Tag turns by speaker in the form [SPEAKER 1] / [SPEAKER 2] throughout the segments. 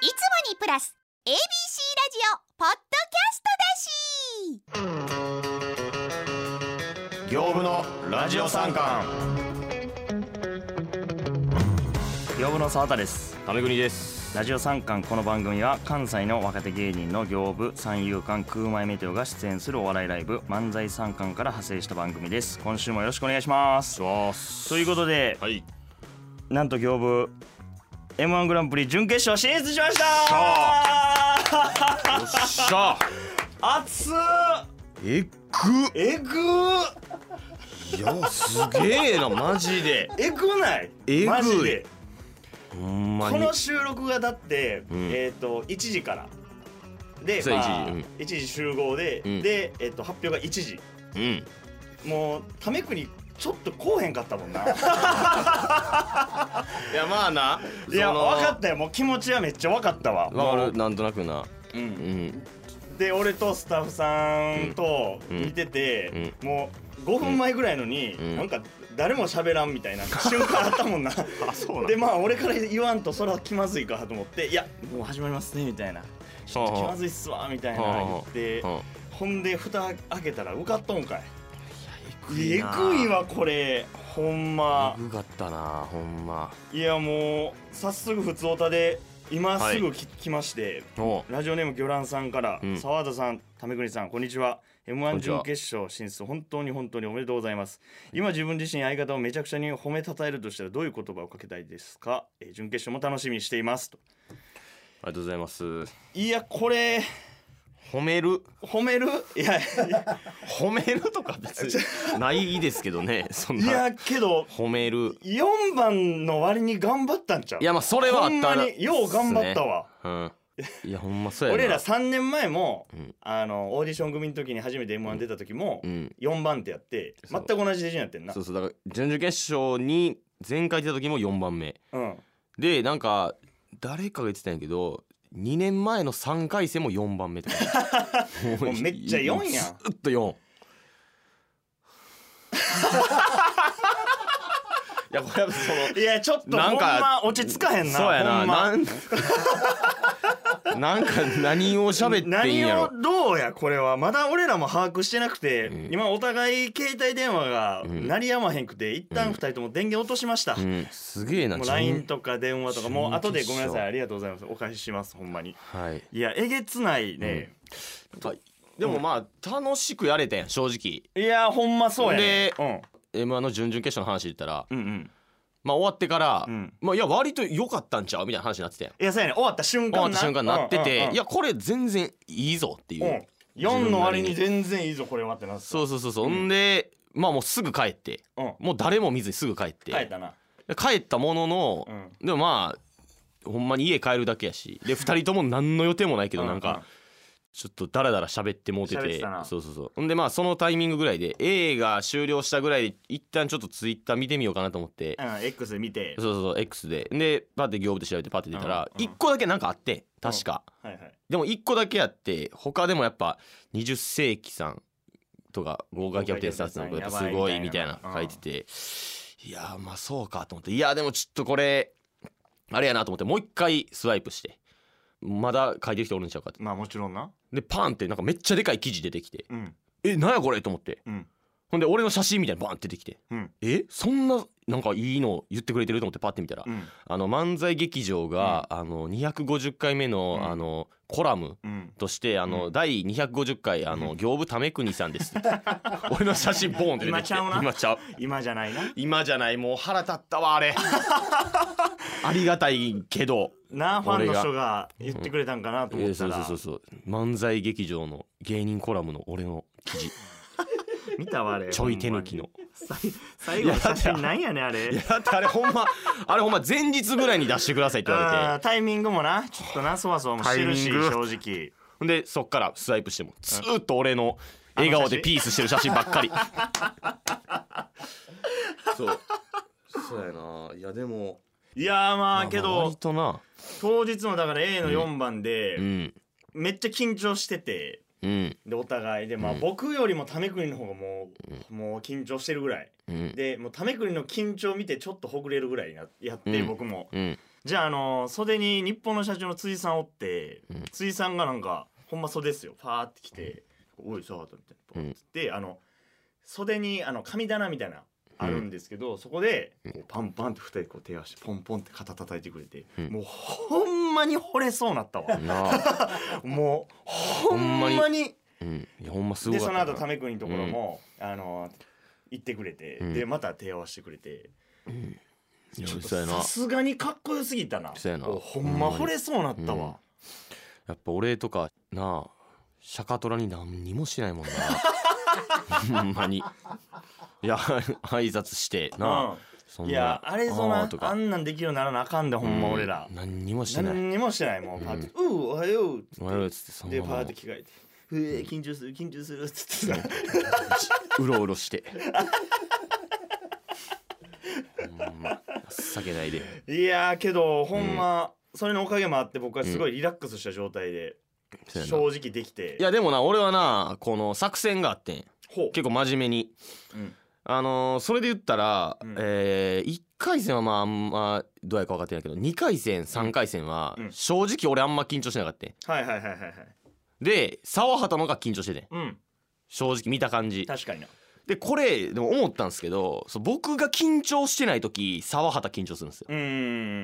[SPEAKER 1] いつもにプラス ABC ラジオポッドキャストだし
[SPEAKER 2] 業務のラジオ参観
[SPEAKER 3] 業務の沢田です
[SPEAKER 2] 亀国です
[SPEAKER 3] ラジオ三冠この番組は関西の若手芸人の業部三遊間空前メテオが出演するお笑いライブ漫才三冠から派生した番組です今週もよろしくお願いします
[SPEAKER 2] ます
[SPEAKER 3] ということで、
[SPEAKER 2] はい
[SPEAKER 3] なんと業部 M1 グランプリ準決勝進出しました
[SPEAKER 2] よっしゃ
[SPEAKER 3] 熱っ
[SPEAKER 2] えっ
[SPEAKER 3] えぐ
[SPEAKER 2] いやすげえなマジで
[SPEAKER 3] えぐない
[SPEAKER 2] えぐい
[SPEAKER 3] マジで
[SPEAKER 2] ほんま
[SPEAKER 3] こ
[SPEAKER 2] に
[SPEAKER 3] の収録がだって、
[SPEAKER 2] ん
[SPEAKER 3] えっ、と1時からで、
[SPEAKER 2] そう
[SPEAKER 3] まあ、
[SPEAKER 2] 1
[SPEAKER 3] 1,
[SPEAKER 2] 時
[SPEAKER 3] 時集合で、
[SPEAKER 2] うん
[SPEAKER 3] で、えっと発表が1時
[SPEAKER 2] うん
[SPEAKER 3] もうためくにちょっとこうへんかった もんな
[SPEAKER 2] いやまあない
[SPEAKER 3] や
[SPEAKER 2] その
[SPEAKER 3] 分かったよもう気持ちはめっちゃ分かったわ
[SPEAKER 2] わかるなんとなくな
[SPEAKER 3] う
[SPEAKER 2] うんん
[SPEAKER 3] で俺とスタッフさんと見てて、もう5分前ぐらいのに、
[SPEAKER 2] ん
[SPEAKER 3] なんか誰も喋らんみたい な瞬間あったもんな
[SPEAKER 2] そう
[SPEAKER 3] でまあ俺から言わんとそれは気まずいかと思って「いやもう始まりますね」みたいな「ちょっと気まずいっすわ」みたいな言って、ほんで蓋開けたら受かっとんかいえぐいわこれほんま
[SPEAKER 2] えぐかったなほんま
[SPEAKER 3] いやもう早速普通オタで今すぐ
[SPEAKER 2] は
[SPEAKER 3] き、来まして
[SPEAKER 2] お
[SPEAKER 3] ラジオネーム魚卵さんから、
[SPEAKER 2] うん
[SPEAKER 3] 澤田さん為栗さんこんにちは m
[SPEAKER 2] こん
[SPEAKER 3] 1
[SPEAKER 2] にちは
[SPEAKER 3] 準決勝進出本当に本当におめでとうございます今自分自身相方をめちゃくちゃに褒めたたえるとしたらどういう言葉をかけたいですか、えー準決勝も楽しみにしていますと
[SPEAKER 2] ありがとうございます
[SPEAKER 3] いやこれ
[SPEAKER 2] 褒める
[SPEAKER 3] 褒めるい やいや
[SPEAKER 2] 褒めるとか別にないですけどねそん
[SPEAKER 3] い
[SPEAKER 2] な
[SPEAKER 3] やけど
[SPEAKER 2] 褒める
[SPEAKER 3] 4番の割に頑張ったんちゃう
[SPEAKER 2] いやまあそれはあ
[SPEAKER 3] ほ
[SPEAKER 2] っ
[SPEAKER 3] ん
[SPEAKER 2] た
[SPEAKER 3] ま
[SPEAKER 2] な
[SPEAKER 3] によう頑張ったわ、
[SPEAKER 2] うんいやほんまそうやな
[SPEAKER 3] 俺ら3年前も、
[SPEAKER 2] うん
[SPEAKER 3] あのオーディション組の時に初めて m 1出た時も
[SPEAKER 2] うん
[SPEAKER 3] 4番手やって
[SPEAKER 2] そ
[SPEAKER 3] 全
[SPEAKER 2] う
[SPEAKER 3] く同じ手順やってんな
[SPEAKER 2] そうそうだから準々決勝に前回出た時も4番目
[SPEAKER 3] うん
[SPEAKER 2] でなんか誰かが言ってたんやけど2年前の3回戦も4番目とか も
[SPEAKER 3] もうめっちゃ四やん
[SPEAKER 2] ずっと4 いやこれはその
[SPEAKER 3] いやちょっと
[SPEAKER 2] なんか
[SPEAKER 3] ほんま落ち着かへんな
[SPEAKER 2] そうやな
[SPEAKER 3] ほんま
[SPEAKER 2] なんなんか何を喋っていいん
[SPEAKER 3] 何
[SPEAKER 2] や
[SPEAKER 3] を
[SPEAKER 2] ろ
[SPEAKER 3] どうやこれはまだ俺らも把握してなくて、
[SPEAKER 2] うん
[SPEAKER 3] 今お互い携帯電話が
[SPEAKER 2] うん
[SPEAKER 3] 鳴りやまへんくて、一旦2人とも電源落としました、
[SPEAKER 2] うんすげえな
[SPEAKER 3] もう
[SPEAKER 2] ちゃん
[SPEAKER 3] LINE とか電話とかもう後でごめ
[SPEAKER 2] 準決
[SPEAKER 3] んなさい
[SPEAKER 2] 勝
[SPEAKER 3] ありがとうございますお返ししますほんまに
[SPEAKER 2] はい
[SPEAKER 3] いやえげつないね、
[SPEAKER 2] でもまあ楽しくやれたやん正直
[SPEAKER 3] いやほんまそうやね
[SPEAKER 2] で
[SPEAKER 3] うん
[SPEAKER 2] m 1の準々決勝の話で言ったら、
[SPEAKER 3] うんうん
[SPEAKER 2] まあ、終わってから、
[SPEAKER 3] うん
[SPEAKER 2] まあ、いや割と良かったんちゃうみたいな話になってたやん
[SPEAKER 3] いやそうやね終わった瞬間
[SPEAKER 2] 終わった瞬間になってて、
[SPEAKER 3] うんうんうん
[SPEAKER 2] いやこれ全然いいぞっていう、
[SPEAKER 3] うん4の割に全然いいぞこれはってなってた
[SPEAKER 2] そうそうそうそう、ん、でまあもうすぐ帰って
[SPEAKER 3] うん
[SPEAKER 2] もう誰も見ずにすぐ帰って
[SPEAKER 3] 帰ったな
[SPEAKER 2] で帰ったものの、でもまあほんまに家帰るだけやしで2人とも何の予定もないけどなん
[SPEAKER 3] うんうん
[SPEAKER 2] かちょっとダラダラ喋ってもうて
[SPEAKER 3] 喋っててたな
[SPEAKER 2] そうそうそうほんでまあそのタイミングぐらいで映画終了したぐらいで一旦ちょっとツイッター見てみようかなと思って、
[SPEAKER 3] うん X で見て
[SPEAKER 2] そうそうそう X ででパッて業務で調べてパッて出たら
[SPEAKER 3] うんうん
[SPEAKER 2] 1個だけなんかあって確か、
[SPEAKER 3] はいはい
[SPEAKER 2] でも1個だけあって他でもやっぱ20世紀さんとか豪華キャプテンスタッフさんとかやっぱすごいみたいな書いてていやまあそうかと思っていやでもちょっとこれあれやなと思ってもう一回スワイプしてまだ書いてる人おるんちゃうかって
[SPEAKER 3] まあもちろんな
[SPEAKER 2] でパンってなんかめっちゃでかい記事出てきて
[SPEAKER 3] うん
[SPEAKER 2] えなんやこれと思って
[SPEAKER 3] うん
[SPEAKER 2] ほんで俺の写真みたいなバンって出てきて
[SPEAKER 3] うん
[SPEAKER 2] えそんななんかいいの言ってくれてると思ってパッて見たら
[SPEAKER 3] うん
[SPEAKER 2] あの漫才劇場があの250回目の
[SPEAKER 3] うん
[SPEAKER 2] あのコラム
[SPEAKER 3] うん
[SPEAKER 2] としてあの、
[SPEAKER 3] うん
[SPEAKER 2] 第250回あの行部為国さん ですって俺の写真ボーンって出てきて
[SPEAKER 3] 今ちゃうな
[SPEAKER 2] 今ちゃう
[SPEAKER 3] 今じゃないな
[SPEAKER 2] 今じゃないもう腹立ったわあ れありがたいけど
[SPEAKER 3] なファン
[SPEAKER 2] 俺
[SPEAKER 3] の
[SPEAKER 2] が
[SPEAKER 3] 人が言ってくれたんかなと思
[SPEAKER 2] えー
[SPEAKER 3] った
[SPEAKER 2] そう
[SPEAKER 3] ら、
[SPEAKER 2] そうそうそう漫才劇場の芸人コラムの俺の記事
[SPEAKER 3] 見たわあれ
[SPEAKER 2] ちょい手抜 きの
[SPEAKER 3] さい最後の写真なんやねんあ
[SPEAKER 2] いや
[SPEAKER 3] れ
[SPEAKER 2] だってあれほんまあれほんま前日ぐらいに出してくださいって言われ
[SPEAKER 3] あ
[SPEAKER 2] て
[SPEAKER 3] ータイミングもなちょっとなそわそわもしてるし
[SPEAKER 2] タイミング
[SPEAKER 3] 正直
[SPEAKER 2] ほんでそっからスワイプしてもずーっと俺の笑顔でピースしてる写真ばっ かりそうそうやないやでも
[SPEAKER 3] いやーまあけど
[SPEAKER 2] 割とな
[SPEAKER 3] 当日のだから A の4番で、
[SPEAKER 2] うん
[SPEAKER 3] めっちゃ緊張してて
[SPEAKER 2] うん
[SPEAKER 3] でお互いでまあ
[SPEAKER 2] うん
[SPEAKER 3] 僕よりもタメ国の方がもう、もう緊張してるぐらい
[SPEAKER 2] うん
[SPEAKER 3] でもうタメ国の緊張見てちょっとほぐれるぐらいなやって、
[SPEAKER 2] うん
[SPEAKER 3] 僕も
[SPEAKER 2] うん
[SPEAKER 3] じゃああの袖に日本の社長の辻さんおって、
[SPEAKER 2] うん
[SPEAKER 3] 辻さんがなんかほんま袖ですよファーって来て「おいさあ」みたいなポンって言って、あの袖にあの神棚みたいなあるんですけど、そこでこうパンパンって二人こう手をしてポンポンって肩叩いてくれて、
[SPEAKER 2] うん
[SPEAKER 3] もうほんまに惚れそうなった わ
[SPEAKER 2] なあ、
[SPEAKER 3] もうほんまに
[SPEAKER 2] ほんうん、いやほんますご
[SPEAKER 3] で
[SPEAKER 2] かっ
[SPEAKER 3] そ
[SPEAKER 2] た
[SPEAKER 3] の
[SPEAKER 2] な
[SPEAKER 3] 後ためくんのところも、あの行ってくれて、
[SPEAKER 2] うん
[SPEAKER 3] でまた手合わせてくれて、
[SPEAKER 2] いや
[SPEAKER 3] ちょっと
[SPEAKER 2] そうやな
[SPEAKER 3] さすがにかっこよすぎたな
[SPEAKER 2] そうやな
[SPEAKER 3] おほんま
[SPEAKER 2] ほんまに
[SPEAKER 3] 惚れそうなったわ、
[SPEAKER 2] うんやっぱ俺とかなあシャカトラに何にもし ないもんなほんまにいや挨拶してなあ、そ
[SPEAKER 3] うんん、
[SPEAKER 2] ない
[SPEAKER 3] やあれぞな
[SPEAKER 2] ーと
[SPEAKER 3] あ
[SPEAKER 2] か
[SPEAKER 3] んなんできるようにならなあかんでほんま
[SPEAKER 2] うん
[SPEAKER 3] 俺ら、
[SPEAKER 2] 何にもしてない
[SPEAKER 3] 何にもしてないもうパーって「ううおはよう」っつ
[SPEAKER 2] おはよう
[SPEAKER 3] っ
[SPEAKER 2] っつってそ
[SPEAKER 3] てで
[SPEAKER 2] の
[SPEAKER 3] パ
[SPEAKER 2] ま
[SPEAKER 3] ー
[SPEAKER 2] ま
[SPEAKER 3] って着替えて「うえ緊張する緊張する」っつってさ
[SPEAKER 2] うろうろしてほんま情けないで
[SPEAKER 3] いやーけどほんま、それのおかげもあって僕はすごいリラックスした状態で
[SPEAKER 2] そうやな
[SPEAKER 3] 正直できて
[SPEAKER 2] いやでもな俺はなこの作戦があってん
[SPEAKER 3] ほう
[SPEAKER 2] 結構真面目に
[SPEAKER 3] うん
[SPEAKER 2] あのーそれで言ったら、
[SPEAKER 3] うん
[SPEAKER 2] え1回戦はまああんまどうやか分かってないけど2回戦3回戦は
[SPEAKER 3] うん
[SPEAKER 2] 正直俺あんま緊張しなかったん
[SPEAKER 3] はいはいはいはいはい
[SPEAKER 2] で沢畑の方が緊張しててん
[SPEAKER 3] うん
[SPEAKER 2] 正直見た感じ
[SPEAKER 3] 確かにな
[SPEAKER 2] でこれでも思ったんですけどそう僕が緊張してない時沢畑緊張するんですよ
[SPEAKER 3] うー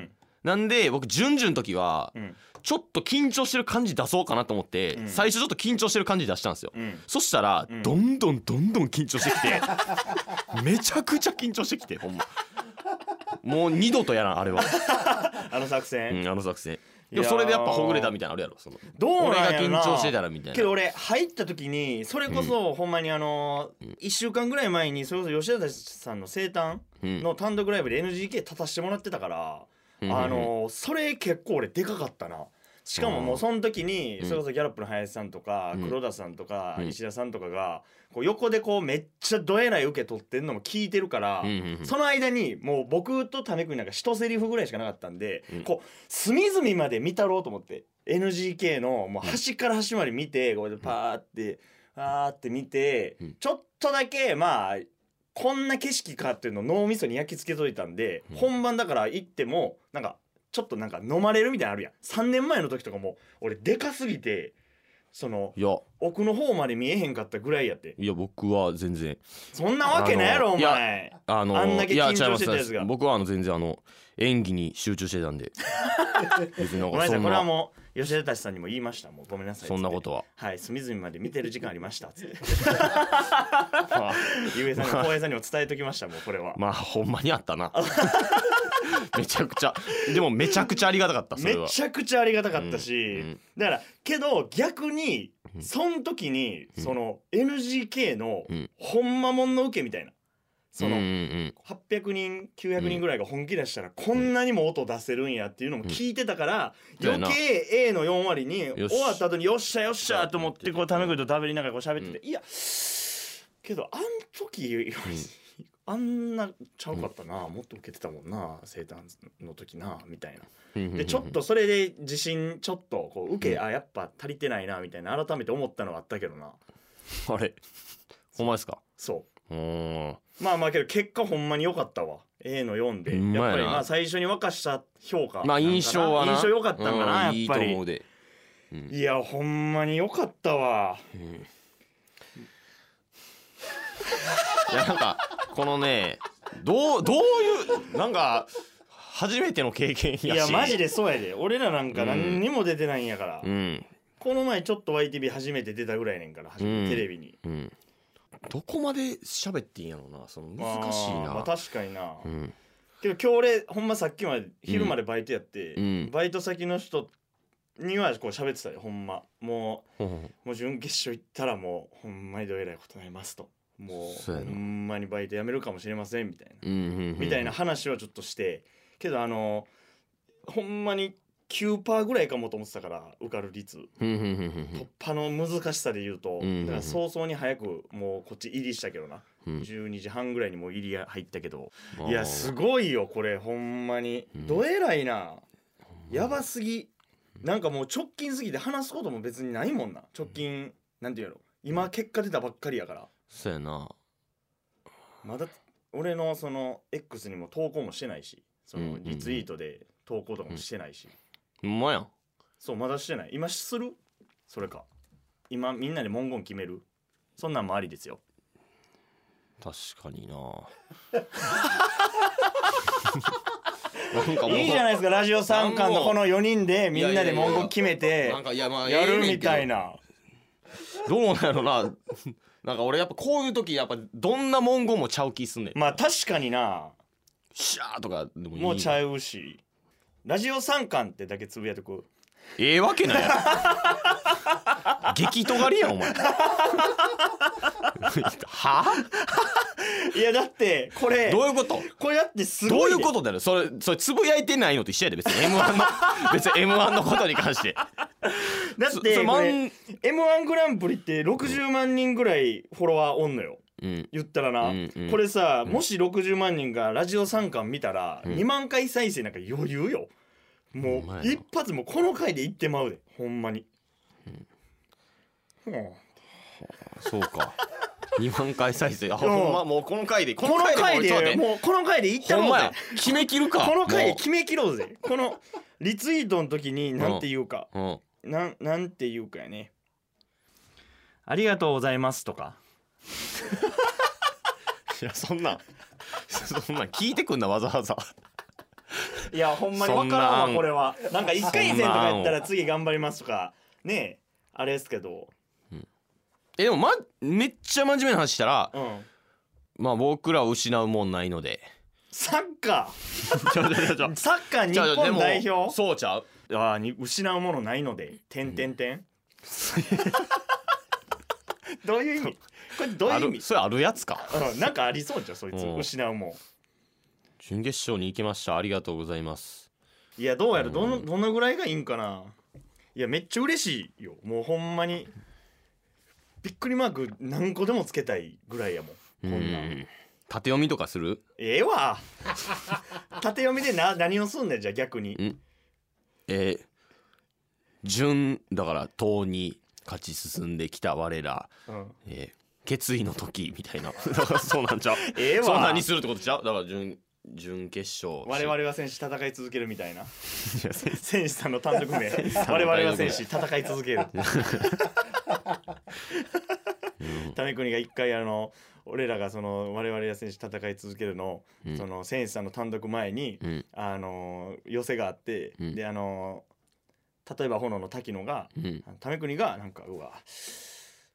[SPEAKER 3] ん
[SPEAKER 2] なんで僕準々の時は
[SPEAKER 3] うん
[SPEAKER 2] ちょっと緊張してる感じ出そうかなと思って、
[SPEAKER 3] うん
[SPEAKER 2] 最初ちょっと緊張してる感じ出したんですよ、
[SPEAKER 3] うん
[SPEAKER 2] そしたら、
[SPEAKER 3] うん
[SPEAKER 2] どんどんどんどん緊張してき てめちゃくちゃ緊張してきてほんまもう二度とやらんあ れは、
[SPEAKER 3] あの作
[SPEAKER 2] う
[SPEAKER 3] 戦、
[SPEAKER 2] ん、あの作戦
[SPEAKER 3] い
[SPEAKER 2] で
[SPEAKER 3] やー
[SPEAKER 2] もそれでやっぱほぐれたみたいなのあるやろその
[SPEAKER 3] どう
[SPEAKER 2] 俺
[SPEAKER 3] な
[SPEAKER 2] が
[SPEAKER 3] んやろ
[SPEAKER 2] 緊
[SPEAKER 3] な
[SPEAKER 2] 張してたらみたい
[SPEAKER 3] け
[SPEAKER 2] な
[SPEAKER 3] ど俺入った時にそれこそほんまにあの1週間ぐらい前にそれこそ吉田さんの生誕
[SPEAKER 2] うん
[SPEAKER 3] の単独ライブで NGK 立たしてもらってたから
[SPEAKER 2] うん
[SPEAKER 3] あのそれ結構俺でかかったなしかももうその時に
[SPEAKER 2] うん
[SPEAKER 3] それこそギャラップの林さんとか
[SPEAKER 2] うん
[SPEAKER 3] 黒田さんとか
[SPEAKER 2] うん
[SPEAKER 3] 石田さんとかがこう横でこうめっちゃどえらい受け取ってんのも聞いてるから
[SPEAKER 2] うんうんうん
[SPEAKER 3] その間にもう僕とタメ君なんか一セリフぐらいしかなかったんで、
[SPEAKER 2] うん
[SPEAKER 3] こう隅々まで見たろうと思って NGK のもう端から端まで見てこうやってパーってパーって見て、
[SPEAKER 2] うん
[SPEAKER 3] ちょっとだけまあこんな景色かっていうのを脳みそに焼き付けといたんで、
[SPEAKER 2] うん
[SPEAKER 3] 本番だから行ってもなんかちょっとなんか飲まれるみたいなのあるやん3年前の時とかも俺でかすぎてその
[SPEAKER 2] いや
[SPEAKER 3] 奥の方まで見えへんかったぐらいやって
[SPEAKER 2] いや僕は全然
[SPEAKER 3] そんなわけないや
[SPEAKER 2] あの
[SPEAKER 3] ろお前
[SPEAKER 2] あの
[SPEAKER 3] あんだけ
[SPEAKER 2] いや
[SPEAKER 3] 緊張
[SPEAKER 2] 違います
[SPEAKER 3] してたやつが
[SPEAKER 2] 僕はあの全然あの演技に集中してたん で別になん
[SPEAKER 3] ごめ
[SPEAKER 2] か
[SPEAKER 3] んなさ
[SPEAKER 2] そ
[SPEAKER 3] い
[SPEAKER 2] ん
[SPEAKER 3] これは
[SPEAKER 2] な
[SPEAKER 3] もう吉田たちさんにも言いましたもうごめんなさい
[SPEAKER 2] そんな
[SPEAKER 3] つって
[SPEAKER 2] ことは
[SPEAKER 3] はい隅々まで見てる時間ありましたっつって ゆうえさんにも光栄さんにも伝えときましたもうこれは、
[SPEAKER 2] まあほんまにあったな めちゃくちゃでもめちゃくちゃありがたかったそれ
[SPEAKER 3] め
[SPEAKER 2] は
[SPEAKER 3] ちゃくちゃありがたかったし、
[SPEAKER 2] うんうん
[SPEAKER 3] だからけど逆に
[SPEAKER 2] うん
[SPEAKER 3] その時に
[SPEAKER 2] うん
[SPEAKER 3] その NGK の
[SPEAKER 2] うん
[SPEAKER 3] ほんまもんの受けみたいなその
[SPEAKER 2] うんうん
[SPEAKER 3] 800人900人ぐらいが本気出したらこんなにも音出せるんやっていうのも聞いてたから
[SPEAKER 2] うん
[SPEAKER 3] 余計 A の4割に終
[SPEAKER 2] よし
[SPEAKER 3] わった後によっしゃよっしゃと思ってこうタメ口と食べりながらこう喋ってていやけどあん時よりあんなちゃうかったなもっと受けてたもんな生誕の時なみたいな
[SPEAKER 2] うんうん
[SPEAKER 3] でちょっとそれで自信ちょっとこう受けあやっぱ足りてないなみたいな改めて思ったのはあったけどな
[SPEAKER 2] あれほんまですか
[SPEAKER 3] そう
[SPEAKER 2] うーん
[SPEAKER 3] まあまあけど結果ほんまに良かったわ A の4で
[SPEAKER 2] うまいな
[SPEAKER 3] やっぱりまあ最初に沸かした評価
[SPEAKER 2] まあ印象はな
[SPEAKER 3] 印象良かったんかな
[SPEAKER 2] うい
[SPEAKER 3] やっ
[SPEAKER 2] い
[SPEAKER 3] ぱ
[SPEAKER 2] と
[SPEAKER 3] り
[SPEAKER 2] 思うでうん
[SPEAKER 3] いやほんまに良かったわ
[SPEAKER 2] うんいやなんかこのねどうどういうなんか初めての経験やし
[SPEAKER 3] いやマジでそうやで俺らなんか何にも出てないんやから、
[SPEAKER 2] うん
[SPEAKER 3] この前ちょっと YTV 初めて出たぐらいねんから初めてテレビに、
[SPEAKER 2] うんどこまで喋っていいんやろうなその難しい
[SPEAKER 3] あーまあ
[SPEAKER 2] な
[SPEAKER 3] 確かにな、
[SPEAKER 2] うん
[SPEAKER 3] けど今日俺ほんまさっきまで昼までバイトやって、
[SPEAKER 2] うん
[SPEAKER 3] バイト先の人にはこう喋ってたよほんまも
[SPEAKER 2] ほんほん
[SPEAKER 3] うもう準決勝行ったらもうほんまにどえらいことになりますともう
[SPEAKER 2] そう
[SPEAKER 3] ほ
[SPEAKER 2] やなん
[SPEAKER 3] まにバイト辞めるかもしれませんみたいな、
[SPEAKER 2] うんうんうん
[SPEAKER 3] みたいな話をちょっとしてけどあのほんまに9%ぐらいかもと思ってたから受かる率
[SPEAKER 2] うんうんうん
[SPEAKER 3] 突破の難しさで言うと、
[SPEAKER 2] うん
[SPEAKER 3] だから早々に早くもうこっち入りしたけどな、
[SPEAKER 2] うんうん
[SPEAKER 3] 12時半ぐらいにもう入り入ったけど
[SPEAKER 2] あー
[SPEAKER 3] いやすごいよこれほんまに
[SPEAKER 2] うん
[SPEAKER 3] どえらいな
[SPEAKER 2] ほんま
[SPEAKER 3] やばすぎなんかもう直近すぎて話すことも別にないもんな直近なんていうの今結果出たばっかりやから
[SPEAKER 2] そうやな
[SPEAKER 3] まだ俺のその X にも投稿もしてないしそ
[SPEAKER 2] うんうん
[SPEAKER 3] の
[SPEAKER 2] うん
[SPEAKER 3] リツイートで投稿とかもしてないし、
[SPEAKER 2] ほんまやん
[SPEAKER 3] そうまだしてない今するそれか今みんなで文言決めるそんなんもありですよ
[SPEAKER 2] 確かにななんかもう
[SPEAKER 3] いいじゃないですかラジオ参観のこの4人でみんなで文言決めて
[SPEAKER 2] なんかいやまあ
[SPEAKER 3] やるみたい
[SPEAKER 2] な
[SPEAKER 3] な
[SPEAKER 2] どうなんやろななんか俺やっぱこういう時やっぱどんな文言もちゃう気すんねん
[SPEAKER 3] まあ確かにな
[SPEAKER 2] シャーとかでもいい
[SPEAKER 3] もうちゃうしラジオ参観ってだけつぶやいとく
[SPEAKER 2] ええわけないや ろ激尖りやんお前はい
[SPEAKER 3] やだってこれ
[SPEAKER 2] どういうこと
[SPEAKER 3] これだってす
[SPEAKER 2] ど
[SPEAKER 3] ご
[SPEAKER 2] う
[SPEAKER 3] い
[SPEAKER 2] い
[SPEAKER 3] で
[SPEAKER 2] うことだよそれそれつぶやいてないのと一緒やで別に M1 の別に M1 のことに関して
[SPEAKER 3] だっ
[SPEAKER 2] そ
[SPEAKER 3] て
[SPEAKER 2] それ
[SPEAKER 3] こ
[SPEAKER 2] ま
[SPEAKER 3] れ
[SPEAKER 2] ん
[SPEAKER 3] m 1グランプリって60万人ぐらいフォロワーおんのよ
[SPEAKER 2] うん
[SPEAKER 3] 言ったらな、
[SPEAKER 2] うんうん
[SPEAKER 3] これさ、
[SPEAKER 2] うん
[SPEAKER 3] もし60万人がラジオ参観見たら、
[SPEAKER 2] うん
[SPEAKER 3] 2万回再生なんか余裕よも
[SPEAKER 2] ほんまや
[SPEAKER 3] う
[SPEAKER 2] な
[SPEAKER 3] 一発もうこの回でいってまうでほんまに、うん
[SPEAKER 2] そうか2万回再生あほんまもうこの回でこ
[SPEAKER 3] この回
[SPEAKER 2] もうちょっと待っ
[SPEAKER 3] で
[SPEAKER 2] て
[SPEAKER 3] もうこの回でいった
[SPEAKER 2] ほん
[SPEAKER 3] ろう
[SPEAKER 2] ま
[SPEAKER 3] ぜ
[SPEAKER 2] や決めきるか
[SPEAKER 3] この回
[SPEAKER 2] も
[SPEAKER 3] で決めきろうぜこのリツイートの時になんて言うか、
[SPEAKER 2] ううん
[SPEAKER 3] なんなんていうかやねありがとうございますとか
[SPEAKER 2] いやそんなんそんなん聞いてくんなわざわざ
[SPEAKER 3] いやほんまに
[SPEAKER 2] そ
[SPEAKER 3] 分
[SPEAKER 2] ん
[SPEAKER 3] か
[SPEAKER 2] な
[SPEAKER 3] らんわ
[SPEAKER 2] 案
[SPEAKER 3] これはなんか1回戦とかやった
[SPEAKER 2] そんな
[SPEAKER 3] ら次頑張りますとかねえあれですけど
[SPEAKER 2] えでも、ま、めっちゃ真面目な話したら
[SPEAKER 3] うん
[SPEAKER 2] まあ僕らを失うもんないので
[SPEAKER 3] サッカ
[SPEAKER 2] ちょちょ ちょちょ
[SPEAKER 3] ーサッカー日
[SPEAKER 2] ちょちょで
[SPEAKER 3] 本
[SPEAKER 2] も
[SPEAKER 3] 代表
[SPEAKER 2] そうちゃう
[SPEAKER 3] ああに失うものないので点点点どういう意味これどう
[SPEAKER 2] あ
[SPEAKER 3] いう意
[SPEAKER 2] る
[SPEAKER 3] 味
[SPEAKER 2] それあるやつか
[SPEAKER 3] うんなんかありそうじゃんそいつ
[SPEAKER 2] うん
[SPEAKER 3] 失うもん
[SPEAKER 2] 準決勝に行きましたありがとうございます
[SPEAKER 3] いやどうやらど
[SPEAKER 2] う
[SPEAKER 3] の
[SPEAKER 2] ん
[SPEAKER 3] どのぐらいがいいんかないやめっちゃ嬉しいよもうほんまにびっくりマーク何個でもつけたいぐらいやもんこ
[SPEAKER 2] うん
[SPEAKER 3] んなん
[SPEAKER 2] 縦読みとかする
[SPEAKER 3] ええわ 縦読みでな何をすんねんじゃあ逆に
[SPEAKER 2] えー、順だから党に勝ち進んできた我ら、
[SPEAKER 3] うん
[SPEAKER 2] えー、決意の時みたいな だからそうなんちゃう
[SPEAKER 3] ええ
[SPEAKER 2] そんな
[SPEAKER 3] わ
[SPEAKER 2] にするってことちゃうだから準準決勝
[SPEAKER 3] 我々は選手戦い続けるみたいな
[SPEAKER 2] や
[SPEAKER 3] 選手さんの単独名
[SPEAKER 2] んの
[SPEAKER 3] 我々は選手戦い続ける
[SPEAKER 2] うん
[SPEAKER 3] タメ国が一回あの俺らがその我々は選手戦い続けるの,、
[SPEAKER 2] うん
[SPEAKER 3] その選手さんの単独前に、
[SPEAKER 2] うん
[SPEAKER 3] あの寄せがあって、
[SPEAKER 2] うん
[SPEAKER 3] であの例えば炎の滝野が
[SPEAKER 2] うん
[SPEAKER 3] 為国がなんかうわ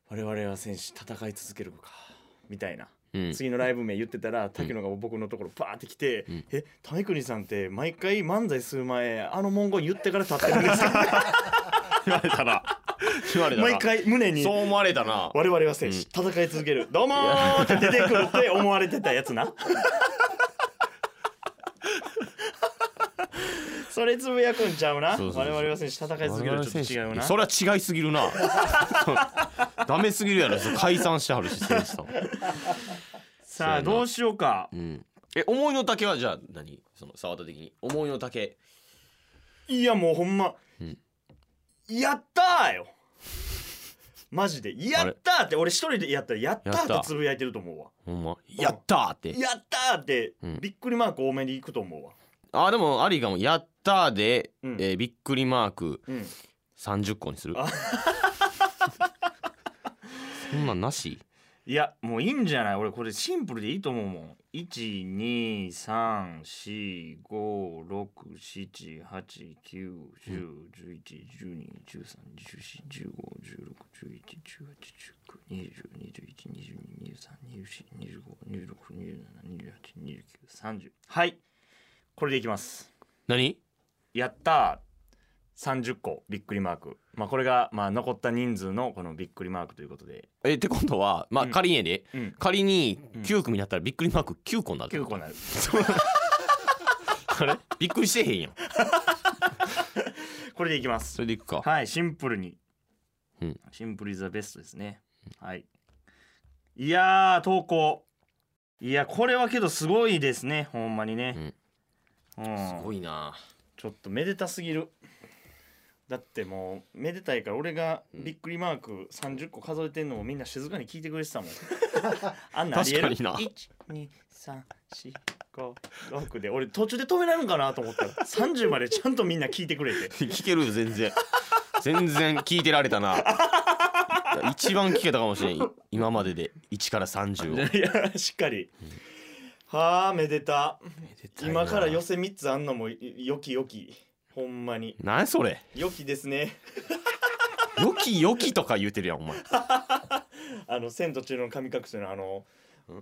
[SPEAKER 3] 我々は選手戦い続けるのかみたいな、
[SPEAKER 2] うん
[SPEAKER 3] 次のライブ名言ってたら滝野が僕のところバーって来て「
[SPEAKER 2] うん
[SPEAKER 3] え為国さんって毎回漫才する前あの文言言ってから立ってるんです か?
[SPEAKER 2] 言われたな言わ」れたな
[SPEAKER 3] 毎回胸に
[SPEAKER 2] そう思われたな
[SPEAKER 3] 我々は選手、戦い続 けるどうもーって出てくるって思われてたやつなそれつぶやくんちゃうな
[SPEAKER 2] そうそうそう
[SPEAKER 3] 我々は選手戦い続けるちょっと違うな
[SPEAKER 2] それは違いすぎるな ダメすぎるやろ解散してはるし選手さん、
[SPEAKER 3] さあどうしようか
[SPEAKER 2] うん、え思いの丈はじゃあ何その沢田的に思いの丈
[SPEAKER 3] いやもうほんま、
[SPEAKER 2] うん
[SPEAKER 3] やったーよマジでやったーって俺一人でやったらやった
[SPEAKER 2] や
[SPEAKER 3] ー
[SPEAKER 2] っ
[SPEAKER 3] ったてつぶやいてると思うわ
[SPEAKER 2] ほんまやったーって
[SPEAKER 3] やったーって
[SPEAKER 2] うん
[SPEAKER 3] びっくりマーク多めにいくと思うわ
[SPEAKER 2] あでもありかもやったーで、
[SPEAKER 3] うん
[SPEAKER 2] えーびっくりマーク
[SPEAKER 3] うん
[SPEAKER 2] 30個にする
[SPEAKER 3] あ
[SPEAKER 2] そんなんなし
[SPEAKER 3] いやもういいんじゃない俺これシンプルでいいと思うもん123456789101112131415161718192021222324252627282930はいこれでいきます
[SPEAKER 2] 何
[SPEAKER 3] やったー30個びっくりマークまあこれがまあ残った人数のこのびっくりマークということで
[SPEAKER 2] えってことはまあ
[SPEAKER 3] うん
[SPEAKER 2] 仮にやで、
[SPEAKER 3] うん
[SPEAKER 2] 仮に
[SPEAKER 3] うん
[SPEAKER 2] 9組になったらびっくりマーク9個になる
[SPEAKER 3] 9個になる
[SPEAKER 2] あれびっくりしてへんやん
[SPEAKER 3] これでいきます
[SPEAKER 2] それでいくか
[SPEAKER 3] はいシンプルに、
[SPEAKER 2] うん
[SPEAKER 3] シンプルイズザベストですね、はいいやー投稿いやこれはけどすごいですねほんまにね、うん
[SPEAKER 2] すごいな
[SPEAKER 3] ちょっとめでたすぎるだってもうめでたいから俺がびっくりマーク30個数えてんのも みんな静かに聞いてくれてたもんあんなありえる
[SPEAKER 2] 確かにな
[SPEAKER 3] 1 2 3 4学で俺途中で止められるんかなと思ったら30までちゃんとみんな聞いてくれて
[SPEAKER 2] 聞けるよ全然全然聞いてられた な一番聞けたかもしれん今までで1から30を
[SPEAKER 3] いやしっかり、はあめでた今から寄せ3つあんのもよきよきほんまに
[SPEAKER 2] 何それ
[SPEAKER 3] よきですね
[SPEAKER 2] よきよきとか言うてるやんお前
[SPEAKER 3] あの「千と千尋の神隠し」のあの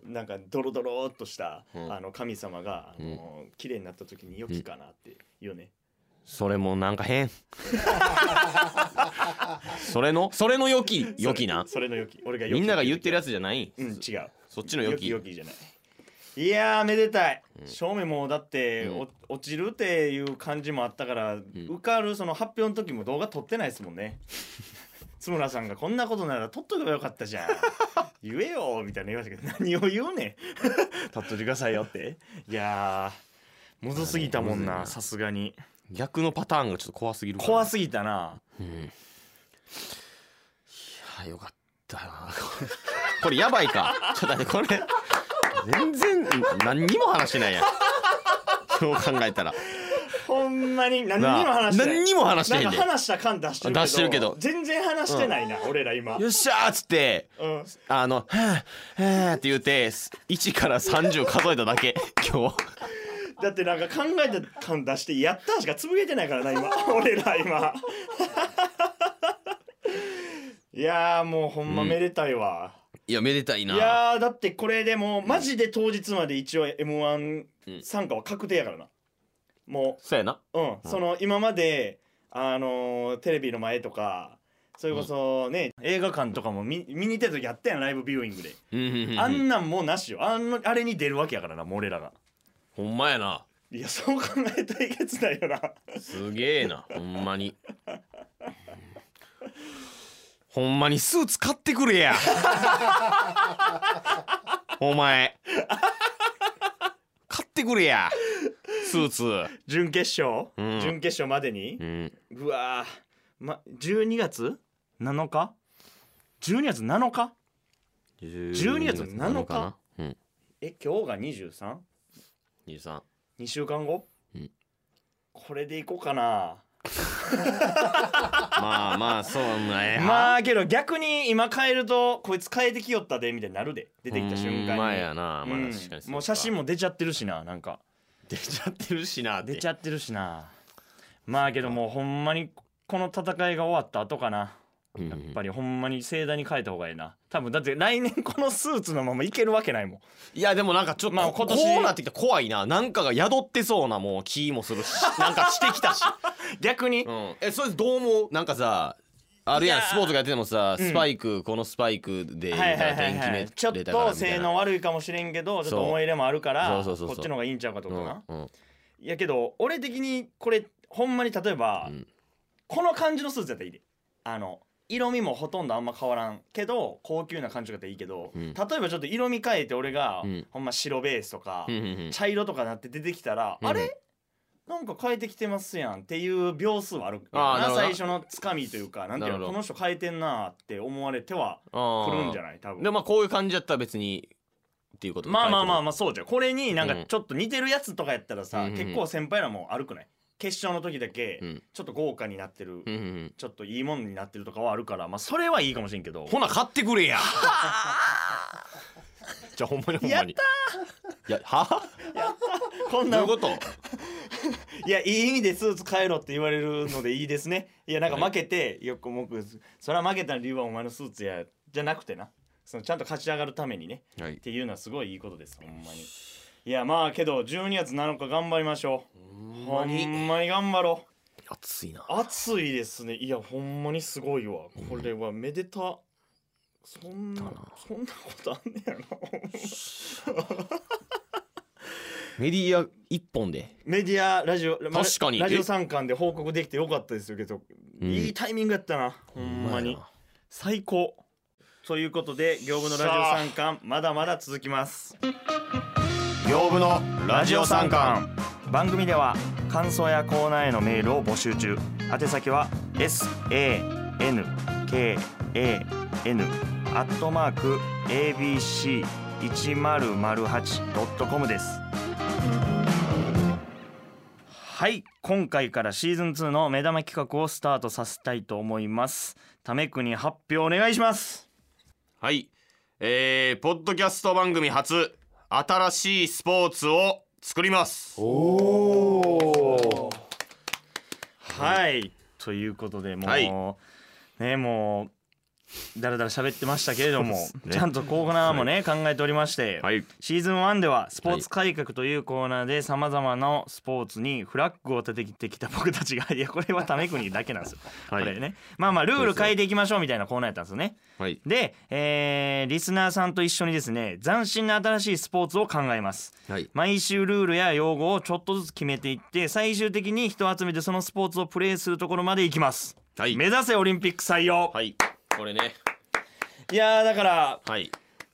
[SPEAKER 3] なんかドロドロっとした、
[SPEAKER 2] うん
[SPEAKER 3] あの神様が、あの綺麗になった時に良きかなって言うね、
[SPEAKER 2] それもなんか変 それのそれのよきよきな
[SPEAKER 3] それの良き俺が良き
[SPEAKER 2] みんなが言ってるやつじゃない
[SPEAKER 3] うん違う
[SPEAKER 2] そっちのよき
[SPEAKER 3] よきよきじゃないいやーめでたい、正面もだって、
[SPEAKER 2] うん
[SPEAKER 3] お落ちるっていう感じもあったから、受かるその発表の時も動画撮ってないですもんね 津村さんがこんなことなら撮っとけばよかった じゃん言えよみたいな言いましたけど何を言うね ん撮っといてくださいよっていやーむずすぎた
[SPEAKER 2] ま
[SPEAKER 3] もん
[SPEAKER 2] あね
[SPEAKER 3] な
[SPEAKER 2] むずいな
[SPEAKER 3] さすがに
[SPEAKER 2] 逆のパターンがちょっと怖すぎるから
[SPEAKER 3] 怖すぎたな
[SPEAKER 2] うんいやーよかったな これやばいかちょっと待ってこれ全然何にも話してないやんそう考えたら
[SPEAKER 3] ほんまに何にも話して
[SPEAKER 2] な
[SPEAKER 3] な
[SPEAKER 2] あ
[SPEAKER 3] い
[SPEAKER 2] 何にも話してへん
[SPEAKER 3] なん
[SPEAKER 2] で
[SPEAKER 3] か話した感出してるけど
[SPEAKER 2] 出してるけど
[SPEAKER 3] 全然話してないな、俺ら今、
[SPEAKER 2] よっしゃーっつって
[SPEAKER 3] うん
[SPEAKER 2] あの「はあはあ」って言うて1から30数えただけ今日
[SPEAKER 3] だってなんか考えた感出して「やった!」しかつぶれてないから な今俺ら今 いやーもうほんまめでたいわ、
[SPEAKER 2] いやめでたいない
[SPEAKER 3] やーだってこれでもうマジで当日まで一応 m 1参加は確定やからなも
[SPEAKER 2] そうやな
[SPEAKER 3] ううん、その今まであのーテレビの前とかそれこそね、映画館とかも見見に行った時やったやんライブビューイングで、あ
[SPEAKER 2] あ
[SPEAKER 3] んなんもうなしよあんのあれに出るわけやからなもう俺らが
[SPEAKER 2] ほんまやない
[SPEAKER 3] やそう考えたらいけつないよな
[SPEAKER 2] すげえなほんまにほんまにスーツ買ってくれやお前買ってくれやスーツ
[SPEAKER 3] 準決勝、
[SPEAKER 2] うん
[SPEAKER 3] 準決勝までに
[SPEAKER 2] う、ん
[SPEAKER 3] うわー、ま、12月7日12月7日12月7日
[SPEAKER 2] うん
[SPEAKER 3] え今日が 23?2
[SPEAKER 2] 23
[SPEAKER 3] 週間後、
[SPEAKER 2] うん
[SPEAKER 3] これでいこうかな
[SPEAKER 2] まあまあそうね
[SPEAKER 3] まあけど逆に今変えるとこいつ変えてきよったでみたいになるで出てきた瞬間に
[SPEAKER 2] 前やな、まあ
[SPEAKER 3] うん
[SPEAKER 2] 確かにそか
[SPEAKER 3] もう写真も出ちゃってるしななんか
[SPEAKER 2] 出ちゃってるしな
[SPEAKER 3] 出ちゃってるしなまあけどもうほんまにこの戦いが終わった後かな
[SPEAKER 2] うん
[SPEAKER 3] やっぱりほんまに盛大に変えた方がいいな多分だって来年このスーツのままいけるわけないもん
[SPEAKER 2] いやでもなんかちょっと、
[SPEAKER 3] まあ
[SPEAKER 2] こ
[SPEAKER 3] 今年
[SPEAKER 2] こうなってきたら怖いななんかが宿ってそうなもう気も するしなんかしてきたし、
[SPEAKER 3] 逆に
[SPEAKER 2] うん、えそれどう思うなんかさあるやん
[SPEAKER 3] いやー
[SPEAKER 2] スポーツがやっててもさ、
[SPEAKER 3] うん
[SPEAKER 2] スパイクこのスパイクでみ
[SPEAKER 3] は
[SPEAKER 2] た
[SPEAKER 3] い
[SPEAKER 2] い
[SPEAKER 3] は
[SPEAKER 2] ない
[SPEAKER 3] は
[SPEAKER 2] 天
[SPEAKER 3] い
[SPEAKER 2] 気
[SPEAKER 3] は
[SPEAKER 2] め
[SPEAKER 3] いちょっ
[SPEAKER 2] 出たから
[SPEAKER 3] と
[SPEAKER 2] みた
[SPEAKER 3] 性
[SPEAKER 2] いな
[SPEAKER 3] 能悪いかもしれんけどちょっと
[SPEAKER 2] そう
[SPEAKER 3] 思い入れもあるから
[SPEAKER 2] そうそうそうそう
[SPEAKER 3] こっちの方がいいんちゃうかとかな、
[SPEAKER 2] うんうん
[SPEAKER 3] いやけど俺的にこれほんまに例えば、
[SPEAKER 2] うん
[SPEAKER 3] この感じのスーツだったらいいであの色味もほとんどあんま変わらんけど高級な感じだったらいいけど、
[SPEAKER 2] うん
[SPEAKER 3] 例えばちょっと色味変えて俺が、
[SPEAKER 2] うん
[SPEAKER 3] ほんま白ベースとか、
[SPEAKER 2] うんうんうん
[SPEAKER 3] 茶色とかなって出てきたら、
[SPEAKER 2] うん
[SPEAKER 3] あれなんか変えてきてますやんっていう秒数はある
[SPEAKER 2] あーなるほど
[SPEAKER 3] 最初のつかみというかなんていう
[SPEAKER 2] なるほ
[SPEAKER 3] のこ
[SPEAKER 2] ど
[SPEAKER 3] の人変えてんなーって思われては
[SPEAKER 2] あ
[SPEAKER 3] く
[SPEAKER 2] ー
[SPEAKER 3] るんじゃない多分
[SPEAKER 2] でまあこういう感じやったら別にっていうこと
[SPEAKER 3] まあまあまあ
[SPEAKER 2] あ
[SPEAKER 3] まあそうじゃんこれになん
[SPEAKER 2] う
[SPEAKER 3] か
[SPEAKER 2] ん
[SPEAKER 3] ちょっと似てるやつとかやったらさ、
[SPEAKER 2] うんうん
[SPEAKER 3] 結構先輩らも悪くない決勝の時だけ
[SPEAKER 2] うん
[SPEAKER 3] ちょっと豪華になって
[SPEAKER 2] う
[SPEAKER 3] る、
[SPEAKER 2] んうんうん
[SPEAKER 3] ちょっといいもんになってるとかはあるからまあそれはいいかもしれんけど
[SPEAKER 2] ほな買ってく れやじゃあほんまにほんまにやったいやは
[SPEAKER 3] こん
[SPEAKER 2] どうう
[SPEAKER 3] ないん
[SPEAKER 2] こと
[SPEAKER 3] いやいい意味でスーツ変えろって言われるのでいいですねいやなんか負けてよくもくそれは負けた理由はお前のスーツやじゃなくてなそのちゃんと勝ち上がるためにね
[SPEAKER 2] はい
[SPEAKER 3] っていうのはすごいいいことですほんまにいやまあけど12月7日頑張りましょうほんまに頑張ろう
[SPEAKER 2] 暑いな
[SPEAKER 3] 暑いですねいやほんまにすごいわこれはめでた、そんな
[SPEAKER 2] だな
[SPEAKER 3] そんなことあんねやな
[SPEAKER 2] メディア一本で
[SPEAKER 3] メディアラジオま
[SPEAKER 2] 確かに
[SPEAKER 3] ラジ
[SPEAKER 2] え
[SPEAKER 3] オ参観で報告できてよかったですよけど、
[SPEAKER 2] うん
[SPEAKER 3] いいタイミングやったなほんまに最高ということで業務のラジオ参観まだまだ続きます
[SPEAKER 2] 業務のラジオ参観
[SPEAKER 3] 番組では感想やコーナーへのメールを募集中宛先は sankan アットマーク abc1008.com ですはい今回からシーズン2の目玉企画をスタートさせたいと思います為国発表お願いします
[SPEAKER 2] はいえー、ポッドキャスト番組初新しいスポーツを作ります
[SPEAKER 3] おはいということでもう、
[SPEAKER 2] はい
[SPEAKER 3] ねもうだらだら喋ってましたけれども、
[SPEAKER 2] そうですね
[SPEAKER 3] ちゃんとコーナーもね、考えておりまして、
[SPEAKER 2] はい
[SPEAKER 3] シーズン1ではスポーツ改革というコーナーでさまざまなスポーツにフラッグを立ててきた僕たちが いやこれはため国だけなんですよ、
[SPEAKER 2] はい
[SPEAKER 3] これねまあまあルール変えていきましょうみたいなコーナーやったんですよね
[SPEAKER 2] はい
[SPEAKER 3] で、えーリスナーさんと一緒にですね斬新な新しいスポーツを考えます
[SPEAKER 2] はい
[SPEAKER 3] 毎週ルールや用語をちょっとずつ決めていって最終的に人を集めてそのスポーツをプレーするところまでいきます
[SPEAKER 2] はい
[SPEAKER 3] 目指せオリンピック採用、
[SPEAKER 2] はいこれね
[SPEAKER 3] い、やーだから
[SPEAKER 2] はい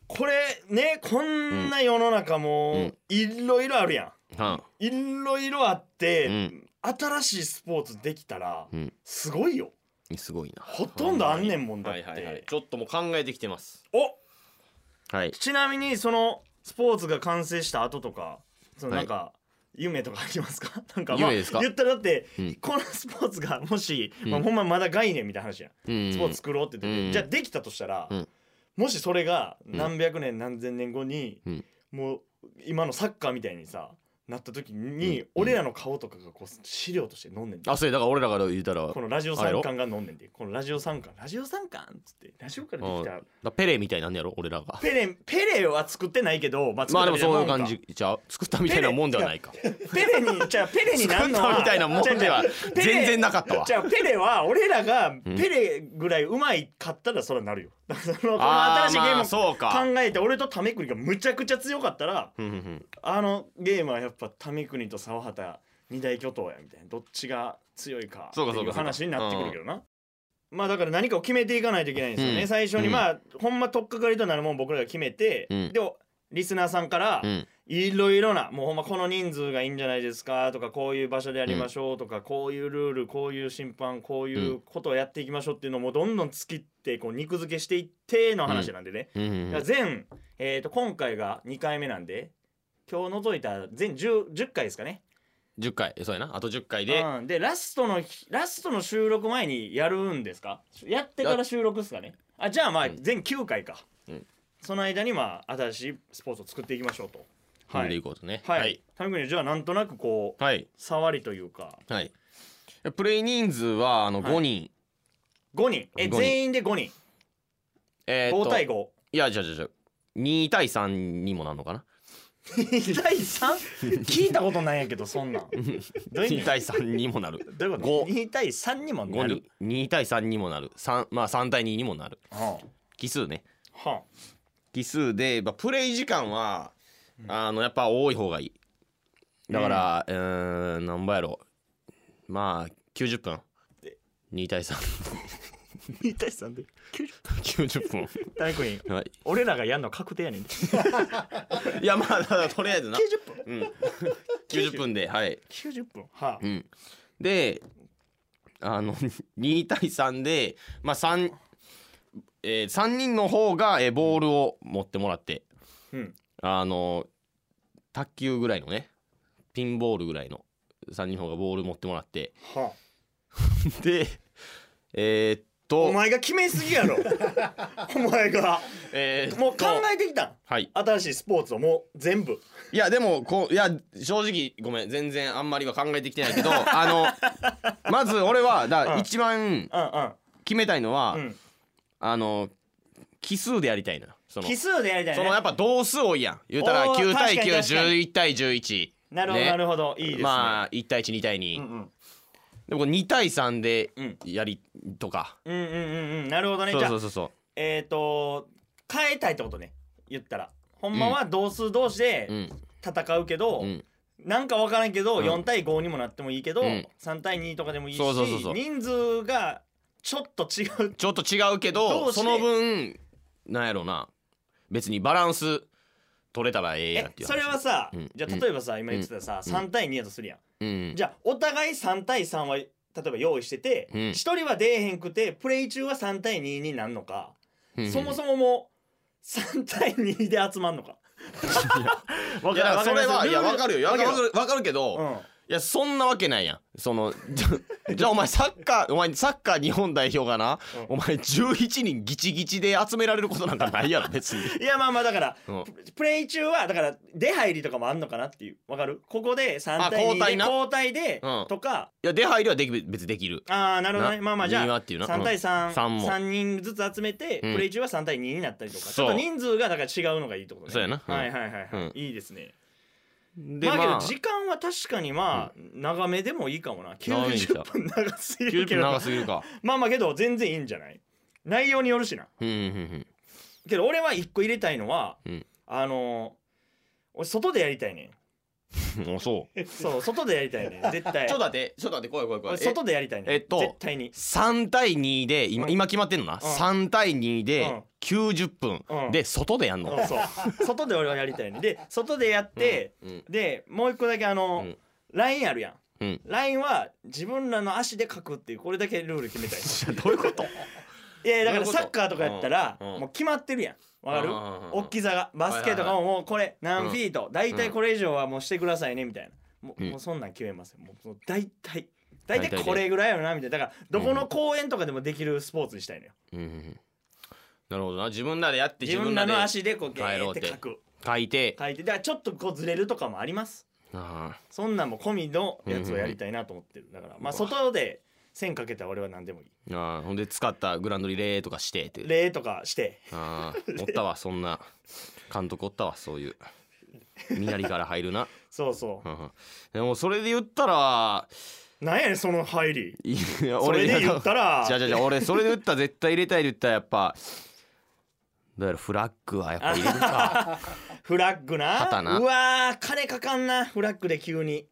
[SPEAKER 3] これねこんな世の中
[SPEAKER 2] う
[SPEAKER 3] も
[SPEAKER 2] ん
[SPEAKER 3] いろいろあるやん
[SPEAKER 2] はい
[SPEAKER 3] ろいろあって、
[SPEAKER 2] うん
[SPEAKER 3] 新しいスポーツできたら
[SPEAKER 2] うん
[SPEAKER 3] すごいよ
[SPEAKER 2] いすごいな
[SPEAKER 3] ほとんどあんねんもんだって、
[SPEAKER 2] ちょっともう考えてきてます
[SPEAKER 3] お
[SPEAKER 2] はい
[SPEAKER 3] ちなみにそのスポーツが完成した後とかその
[SPEAKER 2] は
[SPEAKER 3] ないんか夢とかありますか なんかまあ
[SPEAKER 2] 夢ですか
[SPEAKER 3] 言ったらだって、
[SPEAKER 2] うん
[SPEAKER 3] このスポーツがもし、
[SPEAKER 2] うん
[SPEAKER 3] まあ、ほんままだ概念みたいな話やん、
[SPEAKER 2] うん
[SPEAKER 3] スポーツ作ろうって言ってて、
[SPEAKER 2] うん
[SPEAKER 3] じゃあできたとしたら、
[SPEAKER 2] うん
[SPEAKER 3] もしそれが
[SPEAKER 2] ん
[SPEAKER 3] 何百年何千年後に、
[SPEAKER 2] うん
[SPEAKER 3] もう今のサッカーみたいにさなった時に、俺らの顔とかがこう資料として飲んでんで
[SPEAKER 2] あそれだから俺らから言うたら
[SPEAKER 3] このラジオ三冠が飲んでんでこのラジオ三冠ラジオ三冠っつってラジオからできた
[SPEAKER 2] だペレみたいになんねやろ俺らが
[SPEAKER 3] ペレペレは作ってないけどまあ作
[SPEAKER 2] ま
[SPEAKER 3] っ
[SPEAKER 2] あで
[SPEAKER 3] た
[SPEAKER 2] も
[SPEAKER 3] みたいな
[SPEAKER 2] そういう
[SPEAKER 3] もんか
[SPEAKER 2] 感じじゃあ作ったみたいなもんではないか
[SPEAKER 3] ペレにじゃあペレになんの
[SPEAKER 2] 作っ
[SPEAKER 3] は
[SPEAKER 2] たみたいなもんでは全然なかったわ
[SPEAKER 3] じゃあペレは俺らがペレぐらいうまいかったらそれはなるよそのこの
[SPEAKER 2] あ
[SPEAKER 3] 新
[SPEAKER 2] あ
[SPEAKER 3] しい
[SPEAKER 2] まあ
[SPEAKER 3] ゲームを
[SPEAKER 2] そうか
[SPEAKER 3] 考えて俺とタメ国がむちゃくちゃ強かったら
[SPEAKER 2] うんうんうん
[SPEAKER 3] あのゲームはやっぱタメ国と沢畑二大巨頭やみたいなどっちが強いかって
[SPEAKER 2] そうか
[SPEAKER 3] い
[SPEAKER 2] そう
[SPEAKER 3] う
[SPEAKER 2] かそうか
[SPEAKER 3] 話になってくるけどな。まあだから何かを決めていかないといけないんですよね、
[SPEAKER 2] うん
[SPEAKER 3] 最初に
[SPEAKER 2] うん
[SPEAKER 3] まあ、ほんま取っかかりとなるもん僕らが決めて、
[SPEAKER 2] うん
[SPEAKER 3] でリスナーさんから、
[SPEAKER 2] うん
[SPEAKER 3] いろいろなもうほんまこの人数がいいんじゃないですかとかこういう場所でやりましょうとか、こういうルールこういう審判こういうことをやっていきましょうっていうのをもうどんどん突きってこう肉付けしていっての話なんでね、
[SPEAKER 2] うんうん
[SPEAKER 3] だから全、えー、と今回が2回目なんで今日除いた全 10, 10回ですかね
[SPEAKER 2] 10回そうやなあと10回で
[SPEAKER 3] うん、でラストの日ラストの収録前にやるんですかやってから収録ですかねあじゃあまあ
[SPEAKER 2] うん
[SPEAKER 3] 全9回か、
[SPEAKER 2] うん
[SPEAKER 3] その間にまあ新しいスポーツを作っていきましょうと
[SPEAKER 2] 踏
[SPEAKER 3] は
[SPEAKER 2] んでい
[SPEAKER 3] い
[SPEAKER 2] こうとね
[SPEAKER 3] はい民国じゃあなんとなくこう
[SPEAKER 2] はい
[SPEAKER 3] 触りというか
[SPEAKER 2] はいプレイ人数はあの
[SPEAKER 3] はい
[SPEAKER 2] 5人
[SPEAKER 3] 5人え
[SPEAKER 2] 五人
[SPEAKER 3] 全員で5人
[SPEAKER 2] えーっ
[SPEAKER 3] 5
[SPEAKER 2] と
[SPEAKER 3] 対5
[SPEAKER 2] いやじゃあじゃあじゃあ2対3にもなるのかな
[SPEAKER 3] 2対 3? 聞いたことないんやけどそんなんどういう意
[SPEAKER 2] 2
[SPEAKER 3] 味
[SPEAKER 2] 対3にも なる
[SPEAKER 3] どういうこ
[SPEAKER 2] 五
[SPEAKER 3] と2対3にもな
[SPEAKER 2] 5
[SPEAKER 3] る
[SPEAKER 2] に2対3にもなる3まあ3対2にもなる
[SPEAKER 3] は
[SPEAKER 2] 奇数ね
[SPEAKER 3] あは
[SPEAKER 2] 奇数で、まあ、プレイ時間は、あのやっぱ多い方がいいだから、うーん何倍やろまあ90分2対
[SPEAKER 3] 2対3で
[SPEAKER 2] 390分
[SPEAKER 3] 民国
[SPEAKER 2] はい
[SPEAKER 3] 俺らがやんの確定やねん90
[SPEAKER 2] いやまあだからとりあえずな、
[SPEAKER 3] 分
[SPEAKER 2] うん、90分ではい、
[SPEAKER 3] 90分はあ
[SPEAKER 2] うん、であの 2対3でまあ3えー、3人の方が、えーボールを持ってもらって
[SPEAKER 3] うん
[SPEAKER 2] あの卓球ぐらいのねピンボールぐらいの3人の方がボール持ってもらって
[SPEAKER 3] はあ
[SPEAKER 2] でえーっと
[SPEAKER 3] お前が決めすぎや ろお前が
[SPEAKER 2] えーっと
[SPEAKER 3] もう考えてきたん
[SPEAKER 2] はい
[SPEAKER 3] 新しいスポーツをもう全部
[SPEAKER 2] いやでもこういや正直ごめん全然あんまりは考えてきてない けどあのまず俺はだから
[SPEAKER 3] うん
[SPEAKER 2] 一番
[SPEAKER 3] うんうん
[SPEAKER 2] 決めたいのは、
[SPEAKER 3] うん
[SPEAKER 2] あの奇数でやりたいなその
[SPEAKER 3] 奇数でやりたい
[SPEAKER 2] そ
[SPEAKER 3] ね
[SPEAKER 2] のやっぱ同数多いやん言うたら
[SPEAKER 3] おー
[SPEAKER 2] 9対
[SPEAKER 3] 確かに確かに
[SPEAKER 2] 911対11
[SPEAKER 3] なるほど、
[SPEAKER 2] ね
[SPEAKER 3] なるほどいいですね、
[SPEAKER 2] まあ1対1、2対2、
[SPEAKER 3] うんうん、
[SPEAKER 2] でもこれ2対3で
[SPEAKER 3] うん
[SPEAKER 2] やりとか、
[SPEAKER 3] うんうんうんうんなるほどね
[SPEAKER 2] そう
[SPEAKER 3] じゃあ
[SPEAKER 2] そうそうそう
[SPEAKER 3] えっ、と変えたいってことね言ったらほんまは同数同士
[SPEAKER 2] う
[SPEAKER 3] で
[SPEAKER 2] ん
[SPEAKER 3] 戦うけど、
[SPEAKER 2] うん
[SPEAKER 3] なんか分からんけど、
[SPEAKER 2] うん
[SPEAKER 3] 4対5にもなってもいいけど、
[SPEAKER 2] うん
[SPEAKER 3] 3対2とかでもいいし
[SPEAKER 2] そうそうそうそう
[SPEAKER 3] 人数がちょっと違う
[SPEAKER 2] ちょっと違うけ
[SPEAKER 3] どう
[SPEAKER 2] ど
[SPEAKER 3] して
[SPEAKER 2] その分なんやろうな別にバランス取れたらええやん
[SPEAKER 3] え
[SPEAKER 2] っていう話
[SPEAKER 3] それはさ、
[SPEAKER 2] うん
[SPEAKER 3] じゃあ例えばさ、今言ってたさ、3対2やとするやん
[SPEAKER 2] うん
[SPEAKER 3] じゃあお互い3対3は例えば用意してて、
[SPEAKER 2] うん
[SPEAKER 3] 1人は出えへんくてプレイ中は3対2になんのか、
[SPEAKER 2] うん
[SPEAKER 3] そもそももう3対2で集まんのか。わ
[SPEAKER 2] いやだからそれはいやわかるよいやわ
[SPEAKER 3] わか
[SPEAKER 2] か
[SPEAKER 3] る
[SPEAKER 2] るわかるけど、
[SPEAKER 3] うん
[SPEAKER 2] いやそんなわけないやんそのじゃあお前サッカーお前サッカー日本代表がな、
[SPEAKER 3] う
[SPEAKER 2] お前11人ギチギチで集められることなんかないやろ 別に、
[SPEAKER 3] いやまあまあだから
[SPEAKER 2] うん
[SPEAKER 3] ププレイ中はだから出入りとかもあんのかなっていうわかるここで3
[SPEAKER 2] あ
[SPEAKER 3] 対
[SPEAKER 2] 交
[SPEAKER 3] 2で
[SPEAKER 2] 代な
[SPEAKER 3] 交代で
[SPEAKER 2] うん
[SPEAKER 3] とか、
[SPEAKER 2] いや出入りはでき別にできる
[SPEAKER 3] ああなるほどね
[SPEAKER 2] な
[SPEAKER 3] まあまあじゃ
[SPEAKER 2] 二は
[SPEAKER 3] あ
[SPEAKER 2] っていうな
[SPEAKER 3] 3対3、
[SPEAKER 2] 三も
[SPEAKER 3] 3人ずつ集めて、
[SPEAKER 2] うん
[SPEAKER 3] プレイ中は3対2になったりとかち
[SPEAKER 2] そう
[SPEAKER 3] ょっと人数がだから違うのがいいってことね
[SPEAKER 2] そうやなうん
[SPEAKER 3] はいはいはいはい、
[SPEAKER 2] うん
[SPEAKER 3] いいですね
[SPEAKER 2] で
[SPEAKER 3] まあ、
[SPEAKER 2] ま
[SPEAKER 3] けど
[SPEAKER 2] あ
[SPEAKER 3] 時間は確かにまあ、長めでもいいかもな
[SPEAKER 2] 長いんちゃう
[SPEAKER 3] 90分長すぎる
[SPEAKER 2] 90
[SPEAKER 3] け
[SPEAKER 2] 分
[SPEAKER 3] ど
[SPEAKER 2] 長すぎるか
[SPEAKER 3] まあまあけど全然いいんじゃない内容によるしな
[SPEAKER 2] うんうんうん
[SPEAKER 3] けど俺は一個入れたいのは、
[SPEAKER 2] うん
[SPEAKER 3] あのー俺外でやりたい
[SPEAKER 2] う
[SPEAKER 3] ね
[SPEAKER 2] ん もうそうん
[SPEAKER 3] そう外でやりたいね ん絶対
[SPEAKER 2] ちょっと待ってちょっと待って怖い怖い怖
[SPEAKER 3] 俺
[SPEAKER 2] い
[SPEAKER 3] 外でやりたいねん
[SPEAKER 2] えっと
[SPEAKER 3] 絶対に
[SPEAKER 2] 3対2で今,、
[SPEAKER 3] うん
[SPEAKER 2] 今決まってんのな、3対2
[SPEAKER 3] うん
[SPEAKER 2] で90分、
[SPEAKER 3] うん
[SPEAKER 2] で外でやんの、
[SPEAKER 3] そうそう外で俺はやりたいねんで外でやって、
[SPEAKER 2] うん
[SPEAKER 3] でもう一個だけあの
[SPEAKER 2] うん
[SPEAKER 3] LINE、あるやん
[SPEAKER 2] うん
[SPEAKER 3] LINE は自分らの足で書くっていうこれだけルール決め たい
[SPEAKER 2] どういうこと
[SPEAKER 3] いやいやだから
[SPEAKER 2] どういうこと
[SPEAKER 3] サッカーとかやったら、
[SPEAKER 2] うんうん
[SPEAKER 3] もう決まってるやんわかる
[SPEAKER 2] うんうんうん
[SPEAKER 3] 大きさがバスケとか
[SPEAKER 2] はい
[SPEAKER 3] ももうこれ何フィート、大体これ以上はもうしてくださいねみたいなもう,、
[SPEAKER 2] うん
[SPEAKER 3] もうそんなん決めますよもうもう大体大体これぐらいやろなみたいなだからどこの公園とかでもできるスポーツにしたいのよ、
[SPEAKER 2] うんうんうんなるほどな自分らでやって
[SPEAKER 3] 自
[SPEAKER 2] 自
[SPEAKER 3] 分
[SPEAKER 2] 分
[SPEAKER 3] ら
[SPEAKER 2] らで
[SPEAKER 3] の足でこうゲ
[SPEAKER 2] 帰
[SPEAKER 3] ー
[SPEAKER 2] ろ
[SPEAKER 3] っ
[SPEAKER 2] うってて
[SPEAKER 3] 書く
[SPEAKER 2] 書いて
[SPEAKER 3] 書いてだからちょっとこうずれるとかもあります
[SPEAKER 2] あ
[SPEAKER 3] そんなんも込みのやつをやりたいなと思ってるだからまあ外で線かけたら俺は何でもいい
[SPEAKER 2] ーあーほんで使ったグラウンドリレーとかしてって
[SPEAKER 3] 礼とかして
[SPEAKER 2] あーおったわそんな監督おったわそういう身なりから入るな
[SPEAKER 3] そうそ
[SPEAKER 2] うんうんでもそれで言ったら
[SPEAKER 3] うなんやねんその入り
[SPEAKER 2] いや
[SPEAKER 3] それで言ったら
[SPEAKER 2] じゃじゃじゃ俺それで打ったら絶対入れたいで言ったらやっぱどうやらフラッグはやっぱ入れるか
[SPEAKER 3] フラッグな
[SPEAKER 2] 肩な
[SPEAKER 3] うわー金かかんなフラッグで急に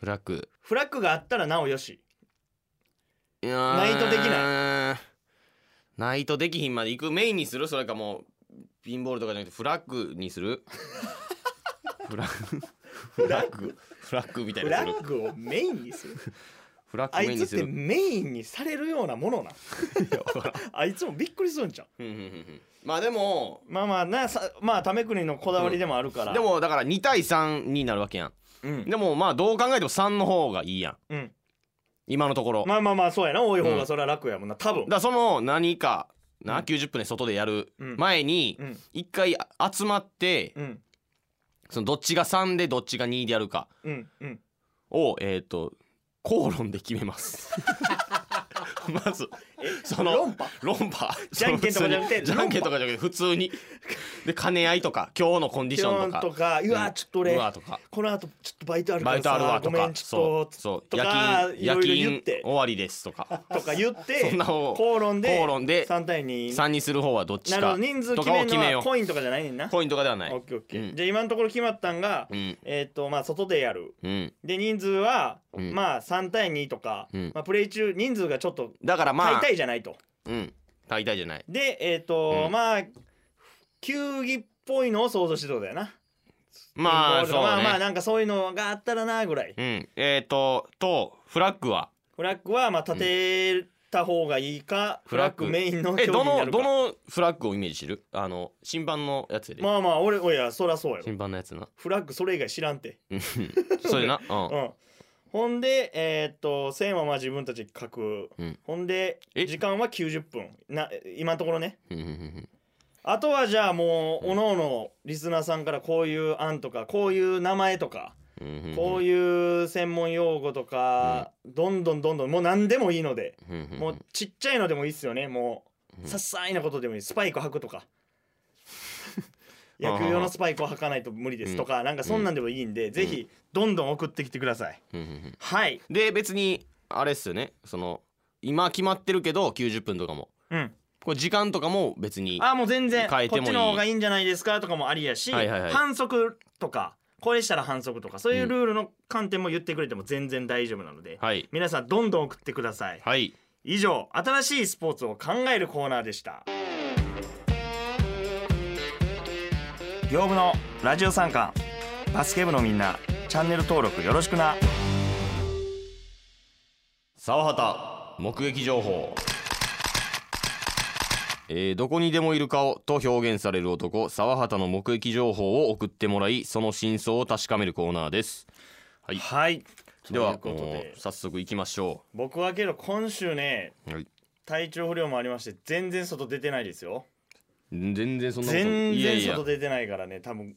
[SPEAKER 2] フラッグ
[SPEAKER 3] フラッグがあったらなおよしナ
[SPEAKER 2] ナ
[SPEAKER 3] イトでき
[SPEAKER 2] ないナイトできひんまで行くメインにするそれかもうピンボールとかじゃなくてフラッグにするフラッグ
[SPEAKER 3] フラッグ
[SPEAKER 2] フラッグみたい
[SPEAKER 3] フ
[SPEAKER 2] なす
[SPEAKER 3] ラ
[SPEAKER 2] る
[SPEAKER 3] ッグをメインに する
[SPEAKER 2] フラッ
[SPEAKER 3] あ
[SPEAKER 2] グメイ
[SPEAKER 3] い
[SPEAKER 2] ンに
[SPEAKER 3] つっ
[SPEAKER 2] す
[SPEAKER 3] て
[SPEAKER 2] る
[SPEAKER 3] メインにされるような ものなあいつもびっくりするんちゃう
[SPEAKER 2] うんうんうんうんまあでも
[SPEAKER 3] まあまあなさまあため国のこだわりでもあるから、
[SPEAKER 2] でもだから2対3になるわけやん
[SPEAKER 3] うん、
[SPEAKER 2] でもまあどう考えても3の方がいいやん
[SPEAKER 3] うん、
[SPEAKER 2] 今のところ
[SPEAKER 3] まあまあまあそうやな多い方
[SPEAKER 2] う
[SPEAKER 3] が
[SPEAKER 2] ん
[SPEAKER 3] それは楽やもんな多分
[SPEAKER 2] だからその何かな、
[SPEAKER 3] うん
[SPEAKER 2] 90分で外でやる
[SPEAKER 3] うん
[SPEAKER 2] 前に
[SPEAKER 3] うん
[SPEAKER 2] 一回集まって、
[SPEAKER 3] うん
[SPEAKER 2] そのどっちが3でどっちが2でやるか
[SPEAKER 3] うんうん
[SPEAKER 2] をえっ、と口論で決めます まずその
[SPEAKER 3] 論破
[SPEAKER 2] 論破
[SPEAKER 3] じゃんけんとかじゃなくて
[SPEAKER 2] その普通にじゃんけんとかじゃなくて普通にで兼ね合いとか今日のコンディションとか
[SPEAKER 3] とかうわちょっと俺
[SPEAKER 2] うわとか
[SPEAKER 3] この後ちょっとバイトあるか
[SPEAKER 2] バイ
[SPEAKER 3] ら
[SPEAKER 2] ト
[SPEAKER 3] さ
[SPEAKER 2] あるわと
[SPEAKER 3] ごめ
[SPEAKER 2] か
[SPEAKER 3] んちょ
[SPEAKER 2] そ
[SPEAKER 3] っ
[SPEAKER 2] う
[SPEAKER 3] と
[SPEAKER 2] そう
[SPEAKER 3] と
[SPEAKER 2] 夜
[SPEAKER 3] か
[SPEAKER 2] 勤
[SPEAKER 3] いろ
[SPEAKER 2] 夜
[SPEAKER 3] いろ言
[SPEAKER 2] 勤
[SPEAKER 3] って
[SPEAKER 2] 終わりですとか
[SPEAKER 3] とか言って
[SPEAKER 2] そんなを
[SPEAKER 3] 口論で
[SPEAKER 2] 口論で
[SPEAKER 3] 3対2
[SPEAKER 2] 3にする方はどっち
[SPEAKER 3] なるほ
[SPEAKER 2] か
[SPEAKER 3] ど人数
[SPEAKER 2] と
[SPEAKER 3] 決
[SPEAKER 2] か
[SPEAKER 3] め
[SPEAKER 2] を
[SPEAKER 3] る
[SPEAKER 2] 決め
[SPEAKER 3] の
[SPEAKER 2] よ
[SPEAKER 3] はコインとかじゃないねんな
[SPEAKER 2] うポイントがではない
[SPEAKER 3] オッケーオッケー、
[SPEAKER 2] うん
[SPEAKER 3] じゃあ今のところ決まったんが、
[SPEAKER 2] うん
[SPEAKER 3] えーっとまあ外でやる
[SPEAKER 2] うん
[SPEAKER 3] で人数は、
[SPEAKER 2] うん
[SPEAKER 3] まあ3対2とか、
[SPEAKER 2] うん
[SPEAKER 3] まあ、プレイ中人数がちょっと
[SPEAKER 2] だからまあ
[SPEAKER 3] 大体じゃないと、
[SPEAKER 2] うん大体じゃない
[SPEAKER 3] でえーっ、と、
[SPEAKER 2] うん
[SPEAKER 3] まあ球技っぽいのを想像してたことだよな
[SPEAKER 2] まあ
[SPEAKER 3] ピン
[SPEAKER 2] そ
[SPEAKER 3] ボー
[SPEAKER 2] う
[SPEAKER 3] ルとかまあ
[SPEAKER 2] ね
[SPEAKER 3] まあなんかそういうのがあったらなぐらい、
[SPEAKER 2] うんえっ、ととフラッグは
[SPEAKER 3] フラッグはまあ立てた方がいいか、フ
[SPEAKER 2] フ
[SPEAKER 3] ラ
[SPEAKER 2] ラ
[SPEAKER 3] ッ
[SPEAKER 2] ッ
[SPEAKER 3] グ
[SPEAKER 2] グ
[SPEAKER 3] メインの競
[SPEAKER 2] え
[SPEAKER 3] 技に
[SPEAKER 2] ど
[SPEAKER 3] な
[SPEAKER 2] の
[SPEAKER 3] るか
[SPEAKER 2] どのフラッグをイメージしてるあの新版のやつやで、
[SPEAKER 3] まあまあ俺いやそらそうやろ
[SPEAKER 2] 新版のやつな
[SPEAKER 3] フラッグそれ以外知らんて
[SPEAKER 2] うんそれなうん、
[SPEAKER 3] うんほんでえーっと線はまあ自分たちで書く、
[SPEAKER 2] うん
[SPEAKER 3] ほんで
[SPEAKER 2] え
[SPEAKER 3] 時間は90分な今のところね
[SPEAKER 2] うんうんうん
[SPEAKER 3] あとはじゃあもう、各々リスナーさんからこういう案とかこういう名前とか、
[SPEAKER 2] うんうんうん
[SPEAKER 3] こういう専門用語とか、どんどんどんどんもう何でもいいので、
[SPEAKER 2] うんうん
[SPEAKER 3] もうちっちゃいのでもいいっすよねもう、
[SPEAKER 2] うん
[SPEAKER 3] 些細なことでもいいスパイク履く とか
[SPEAKER 2] あはは
[SPEAKER 3] 野球用のスパイクを履かないと無理ですとか、なんかそんなんでもいいんで、ぜひどんどん送ってきてください、
[SPEAKER 2] うんうんうん
[SPEAKER 3] はい
[SPEAKER 2] で別にあれっすよねその今決まってるけど90分とかも
[SPEAKER 3] うん
[SPEAKER 2] これ時間とかも別に
[SPEAKER 3] あもう全然
[SPEAKER 2] 変えてもいい
[SPEAKER 3] こっちの方がいいんじゃないですかとかもありやし、
[SPEAKER 2] はいはいはい
[SPEAKER 3] 反則とかこれしたら反則とかそういうルールの観点も言ってくれても全然大丈夫なので、
[SPEAKER 2] はい
[SPEAKER 3] 皆さんどんどん送ってください、
[SPEAKER 2] はい
[SPEAKER 3] 以上新しいスポーツを考えるコーナーでした業務のラジオ参観バスケ部のみんなチャンネル登録よろしくな
[SPEAKER 2] 沢畑目撃情報えーどこにでもいる顔と表現される男沢畑の目撃情報を送ってもらいその真相を確かめるコーナーです
[SPEAKER 3] はい
[SPEAKER 2] では
[SPEAKER 3] ということで
[SPEAKER 2] もう早速行きましょ
[SPEAKER 3] 僕はけど今週ね
[SPEAKER 2] う、はい、
[SPEAKER 3] 体調不良もありまして全然外出てないですよ
[SPEAKER 2] 全然そんなこと
[SPEAKER 3] 全
[SPEAKER 2] いや
[SPEAKER 3] 然
[SPEAKER 2] いや
[SPEAKER 3] 外出てないからね多分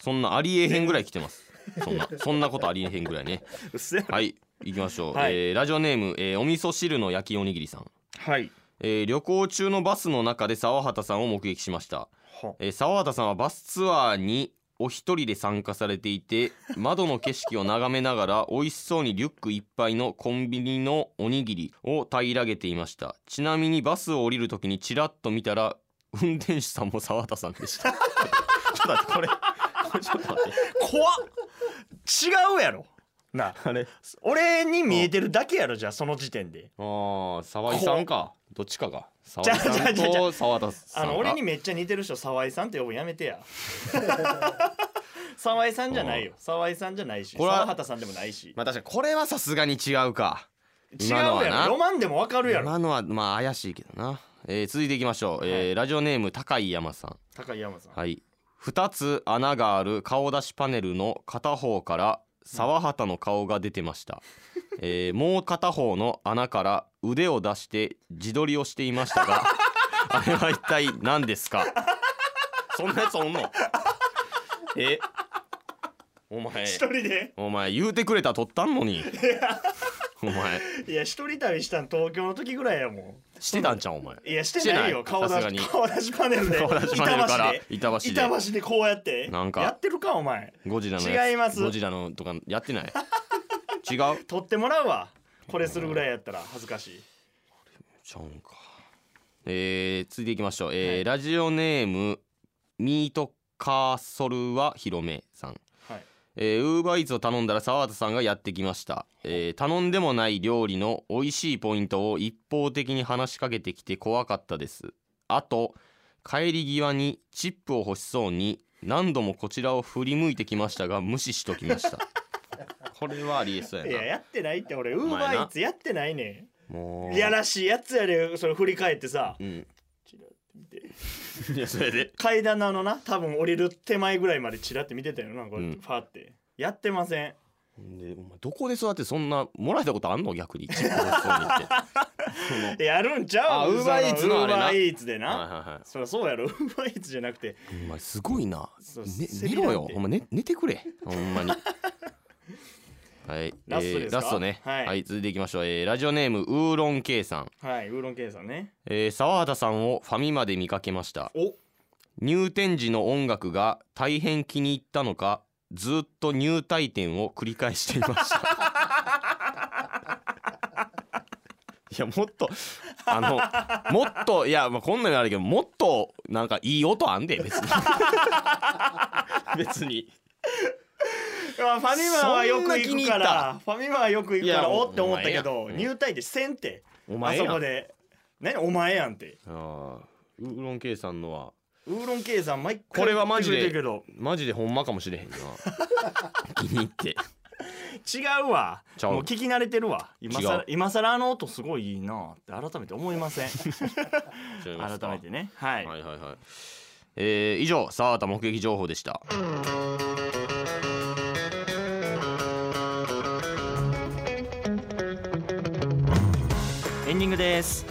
[SPEAKER 2] そんなありえへんぐらい来てますそ んなそんなことありえへんぐらいね
[SPEAKER 3] うっせえ
[SPEAKER 2] はい行きましょう、
[SPEAKER 3] はい
[SPEAKER 2] えーラジオネーム、えーお味噌汁の焼きおにぎりさん、
[SPEAKER 3] はい
[SPEAKER 2] えー旅行中のバスの中で沢畑さんを目撃しました
[SPEAKER 3] は
[SPEAKER 2] えー沢畑さんはバスツアーにお一人で参加されてい て窓の景色を眺めながら美味しそうにリュックいっぱいのコンビニのおにぎりを平らげていましたちなみにバスを降りる時にちらっと見たら運転手さんも沢畑さんで したちょっと待ってこれこれちょっと待って
[SPEAKER 3] 怖っ違うやろな
[SPEAKER 2] あれ
[SPEAKER 3] 俺に見えてるだけやろじゃあその時点で
[SPEAKER 2] ああ沢井さんかどっちかが沢
[SPEAKER 3] じゃ
[SPEAKER 2] 井
[SPEAKER 3] あ
[SPEAKER 2] さん
[SPEAKER 3] じゃあじゃ
[SPEAKER 2] と沢田さん
[SPEAKER 3] あ
[SPEAKER 2] か
[SPEAKER 3] の俺にめっちゃ似てる人沢井さんって呼ぶのやめてや 沢井さんじゃないよ沢井さんじゃないし
[SPEAKER 2] これは
[SPEAKER 3] 沢畑さんでもないし
[SPEAKER 2] まあ確かにこれはさすがに違うか
[SPEAKER 3] 違う
[SPEAKER 2] 今のは
[SPEAKER 3] や
[SPEAKER 2] な
[SPEAKER 3] ろロマンでもわかるやろ
[SPEAKER 2] 今のはまあ怪しいけどな、えー続いていきましょう、えー
[SPEAKER 3] はい
[SPEAKER 2] ラジオネーム高井山さん
[SPEAKER 3] 高井山さん
[SPEAKER 2] はい2つ穴がある顔出しパネルの片方から沢畑の顔が出てま した、えーもう片方の穴から腕を出して自撮りをしていました があれは一体何ですかそんなやつおんのえお前
[SPEAKER 3] 一人で
[SPEAKER 2] お前言うてくれたら撮ったんのにお前
[SPEAKER 3] いや一人旅したん東京の時ぐらいやも
[SPEAKER 2] してたんちゃうんお前
[SPEAKER 3] んいやしてないよ
[SPEAKER 2] してない
[SPEAKER 3] 顔
[SPEAKER 2] さ
[SPEAKER 3] 出
[SPEAKER 2] すがに
[SPEAKER 3] し顔出しパネルで
[SPEAKER 2] 顔出しパネルから
[SPEAKER 3] 板橋で
[SPEAKER 2] 板橋で
[SPEAKER 3] 板橋でこうやって
[SPEAKER 2] なんか
[SPEAKER 3] やってるかお前
[SPEAKER 2] ゴジラのやつ
[SPEAKER 3] 違います
[SPEAKER 2] ゴジラのとかやってない違う
[SPEAKER 3] 取ってもらうわこれするぐらいやったら恥ずかしい
[SPEAKER 2] ちゃうんかえー、続いていきましょう、えーラジオネームミートカーソルは広めさん
[SPEAKER 3] はい
[SPEAKER 2] えー、ウーバーイーツを頼んだら沢田さんがやってきました、えー頼んでもない料理の美味しいポイントを一方的に話しかけてきて怖かったですあと帰り際にチップを欲しそうに何度もこちらを振り向いてきましたが無視しときました これはありえそう
[SPEAKER 3] い
[SPEAKER 2] や
[SPEAKER 3] や
[SPEAKER 2] な
[SPEAKER 3] やってないって俺ウ
[SPEAKER 2] 前
[SPEAKER 3] ー
[SPEAKER 2] な
[SPEAKER 3] バーイーツやってないね
[SPEAKER 2] も
[SPEAKER 3] ん
[SPEAKER 2] う
[SPEAKER 3] いやらしいやつやでそれ振り返ってさ
[SPEAKER 2] うん
[SPEAKER 3] チラッて見て
[SPEAKER 2] いやそれで
[SPEAKER 3] 階段のあのな多分降りる手前ぐらいまでチラって見てたよなこうやっ
[SPEAKER 2] う
[SPEAKER 3] て
[SPEAKER 2] ん
[SPEAKER 3] ファーって、やってません
[SPEAKER 2] でお前どこで育ってそんなもらえたことあんの逆にチップ欲しそうにってそのはい
[SPEAKER 3] やるんちゃ
[SPEAKER 2] あ
[SPEAKER 3] う
[SPEAKER 2] Uber Eats のあれな
[SPEAKER 3] ウーバーイーツ でな、
[SPEAKER 2] はいはい
[SPEAKER 3] そりゃそうやろウーバーイーツじゃなくて
[SPEAKER 2] お前すごいな。
[SPEAKER 3] そう
[SPEAKER 2] ね、
[SPEAKER 3] セ
[SPEAKER 2] 寝
[SPEAKER 3] リなんて
[SPEAKER 2] ろよ。ほんま寝寝てくれ。ほん まに。はい、
[SPEAKER 3] ラストですか
[SPEAKER 2] ラストね、は、
[SPEAKER 3] はいい
[SPEAKER 2] 続いていきましょう。えーラジオネームウーロン K さん、
[SPEAKER 3] はいウーロンケイさんね
[SPEAKER 2] えー、沢畑さんをファミマで見かけました。
[SPEAKER 3] お
[SPEAKER 2] 入店時の音楽が大変気に入ったのか、ずっと入退店を繰り返していま した。いやもっとあのもっといや、まあ、こんなのあるけどもっとなんかいい音あんで別 に別に
[SPEAKER 3] あファミマはよく
[SPEAKER 2] そんな気
[SPEAKER 3] 行
[SPEAKER 2] に
[SPEAKER 3] く
[SPEAKER 2] 入
[SPEAKER 3] か
[SPEAKER 2] った
[SPEAKER 3] らファミマはよく行く
[SPEAKER 2] い
[SPEAKER 3] か
[SPEAKER 2] や
[SPEAKER 3] らおって思ったけ
[SPEAKER 2] お
[SPEAKER 3] ど
[SPEAKER 2] 前や
[SPEAKER 3] 入隊でせんって
[SPEAKER 2] お
[SPEAKER 3] あ
[SPEAKER 2] 前
[SPEAKER 3] そ
[SPEAKER 2] や
[SPEAKER 3] こで何お前やんって
[SPEAKER 2] ああウーロン K さんのは
[SPEAKER 3] ウーロンケイさん毎回
[SPEAKER 2] これはマジで
[SPEAKER 3] 言ってくれてる
[SPEAKER 2] マジでほんまかもしれへ んな気に入って
[SPEAKER 3] けど違うわ
[SPEAKER 2] ちゃう
[SPEAKER 3] もう聞き慣れてるわ今
[SPEAKER 2] 違う
[SPEAKER 3] さら今さらあの音すごいいいなって改めて思いません
[SPEAKER 2] 違いますか
[SPEAKER 3] 改めてねはい、
[SPEAKER 2] はいはいはいえー、以上沢田目撃情報でした
[SPEAKER 3] エンディングです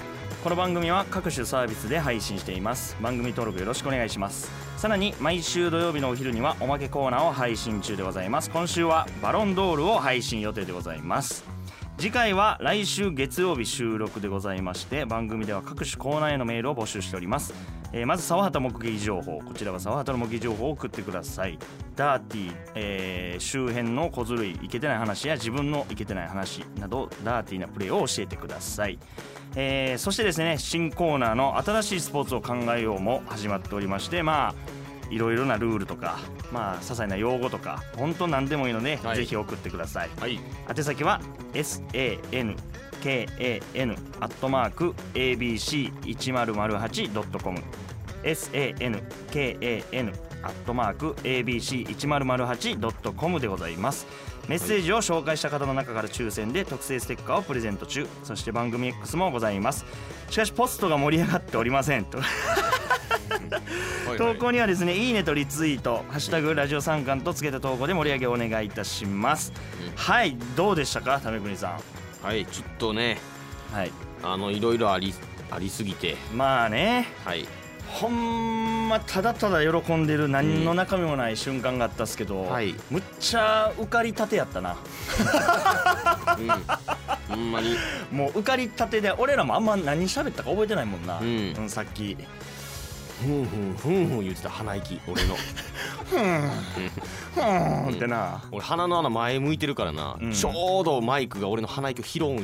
[SPEAKER 3] この番組は各種サービスで配信しています番組登録よろしくお願いしますさらに毎週土曜日のお昼にはおまけコーナーを配信中でございます今週はバロンドールを配信予定でございます次回は来週月曜日収録でございまして番組では各種コーナーへのメールを募集しております、えーまず沢畑目撃情報こちらは沢畑の目撃情報を送ってくださいダーティー、えー周辺の小ずるいイケてない話や自分のイケてない話などダーティーなプレーを教えてくださいえーそしてですね新コーナーの新しいスポーツを考えようも始まっておりましてまあいろいろなルールとかまあ些細な用語とか本当何でもいいので、
[SPEAKER 2] はい
[SPEAKER 3] ぜひ送ってください
[SPEAKER 2] はい
[SPEAKER 3] 宛先は sankan アットマーク abc1008.com sankan アットマーク abc1008.com でございますメッセージを紹介した方の中から抽選で特製ステッカーをプレゼント中そして番組 X もございますしかしポストが盛り上がっておりませんと投稿にはですね「いいね」とリツイート「ハッシュタグラジオ三冠」とつけた投稿で盛り上げをお願いいたします、
[SPEAKER 2] うん
[SPEAKER 3] はいどうでしたかためくにさ
[SPEAKER 2] はいちょっとね
[SPEAKER 3] んはい
[SPEAKER 2] あのいろいろありありすぎて
[SPEAKER 3] まあね
[SPEAKER 2] はい
[SPEAKER 3] ほんまただただ喜んでる何の中身もない瞬間があったっすけど、
[SPEAKER 2] はい
[SPEAKER 3] むっちゃ受かりたてやったな
[SPEAKER 2] うんほんまに
[SPEAKER 3] もう受かりたてで俺らもあんま何喋ったか覚えてないもんな、
[SPEAKER 2] うん
[SPEAKER 3] うんさっき
[SPEAKER 2] ふんふんふんふん言ってた鼻息俺の
[SPEAKER 3] ふーんってな、
[SPEAKER 2] 俺鼻の穴前向いてるからな、
[SPEAKER 3] うん
[SPEAKER 2] ちょうどマイクが俺の鼻息を拾うんよ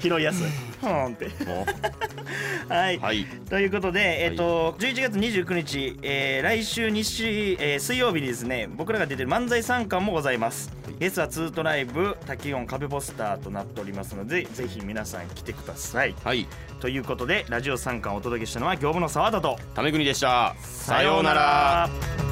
[SPEAKER 3] 拾いやすいふーんって
[SPEAKER 2] も
[SPEAKER 3] はい、
[SPEAKER 2] うはい
[SPEAKER 3] ということで、えっと11月29日、えー来週日、えー水曜日にですね僕らが出てる漫才参観もございますゲスはツートライブ滝音壁ポスターとなっておりますのでぜひ皆さん来てください
[SPEAKER 2] はい
[SPEAKER 3] ということでラジオ参観をお届けしたのは業務の沢田と
[SPEAKER 2] 為国でしたさようなら
[SPEAKER 3] さようなら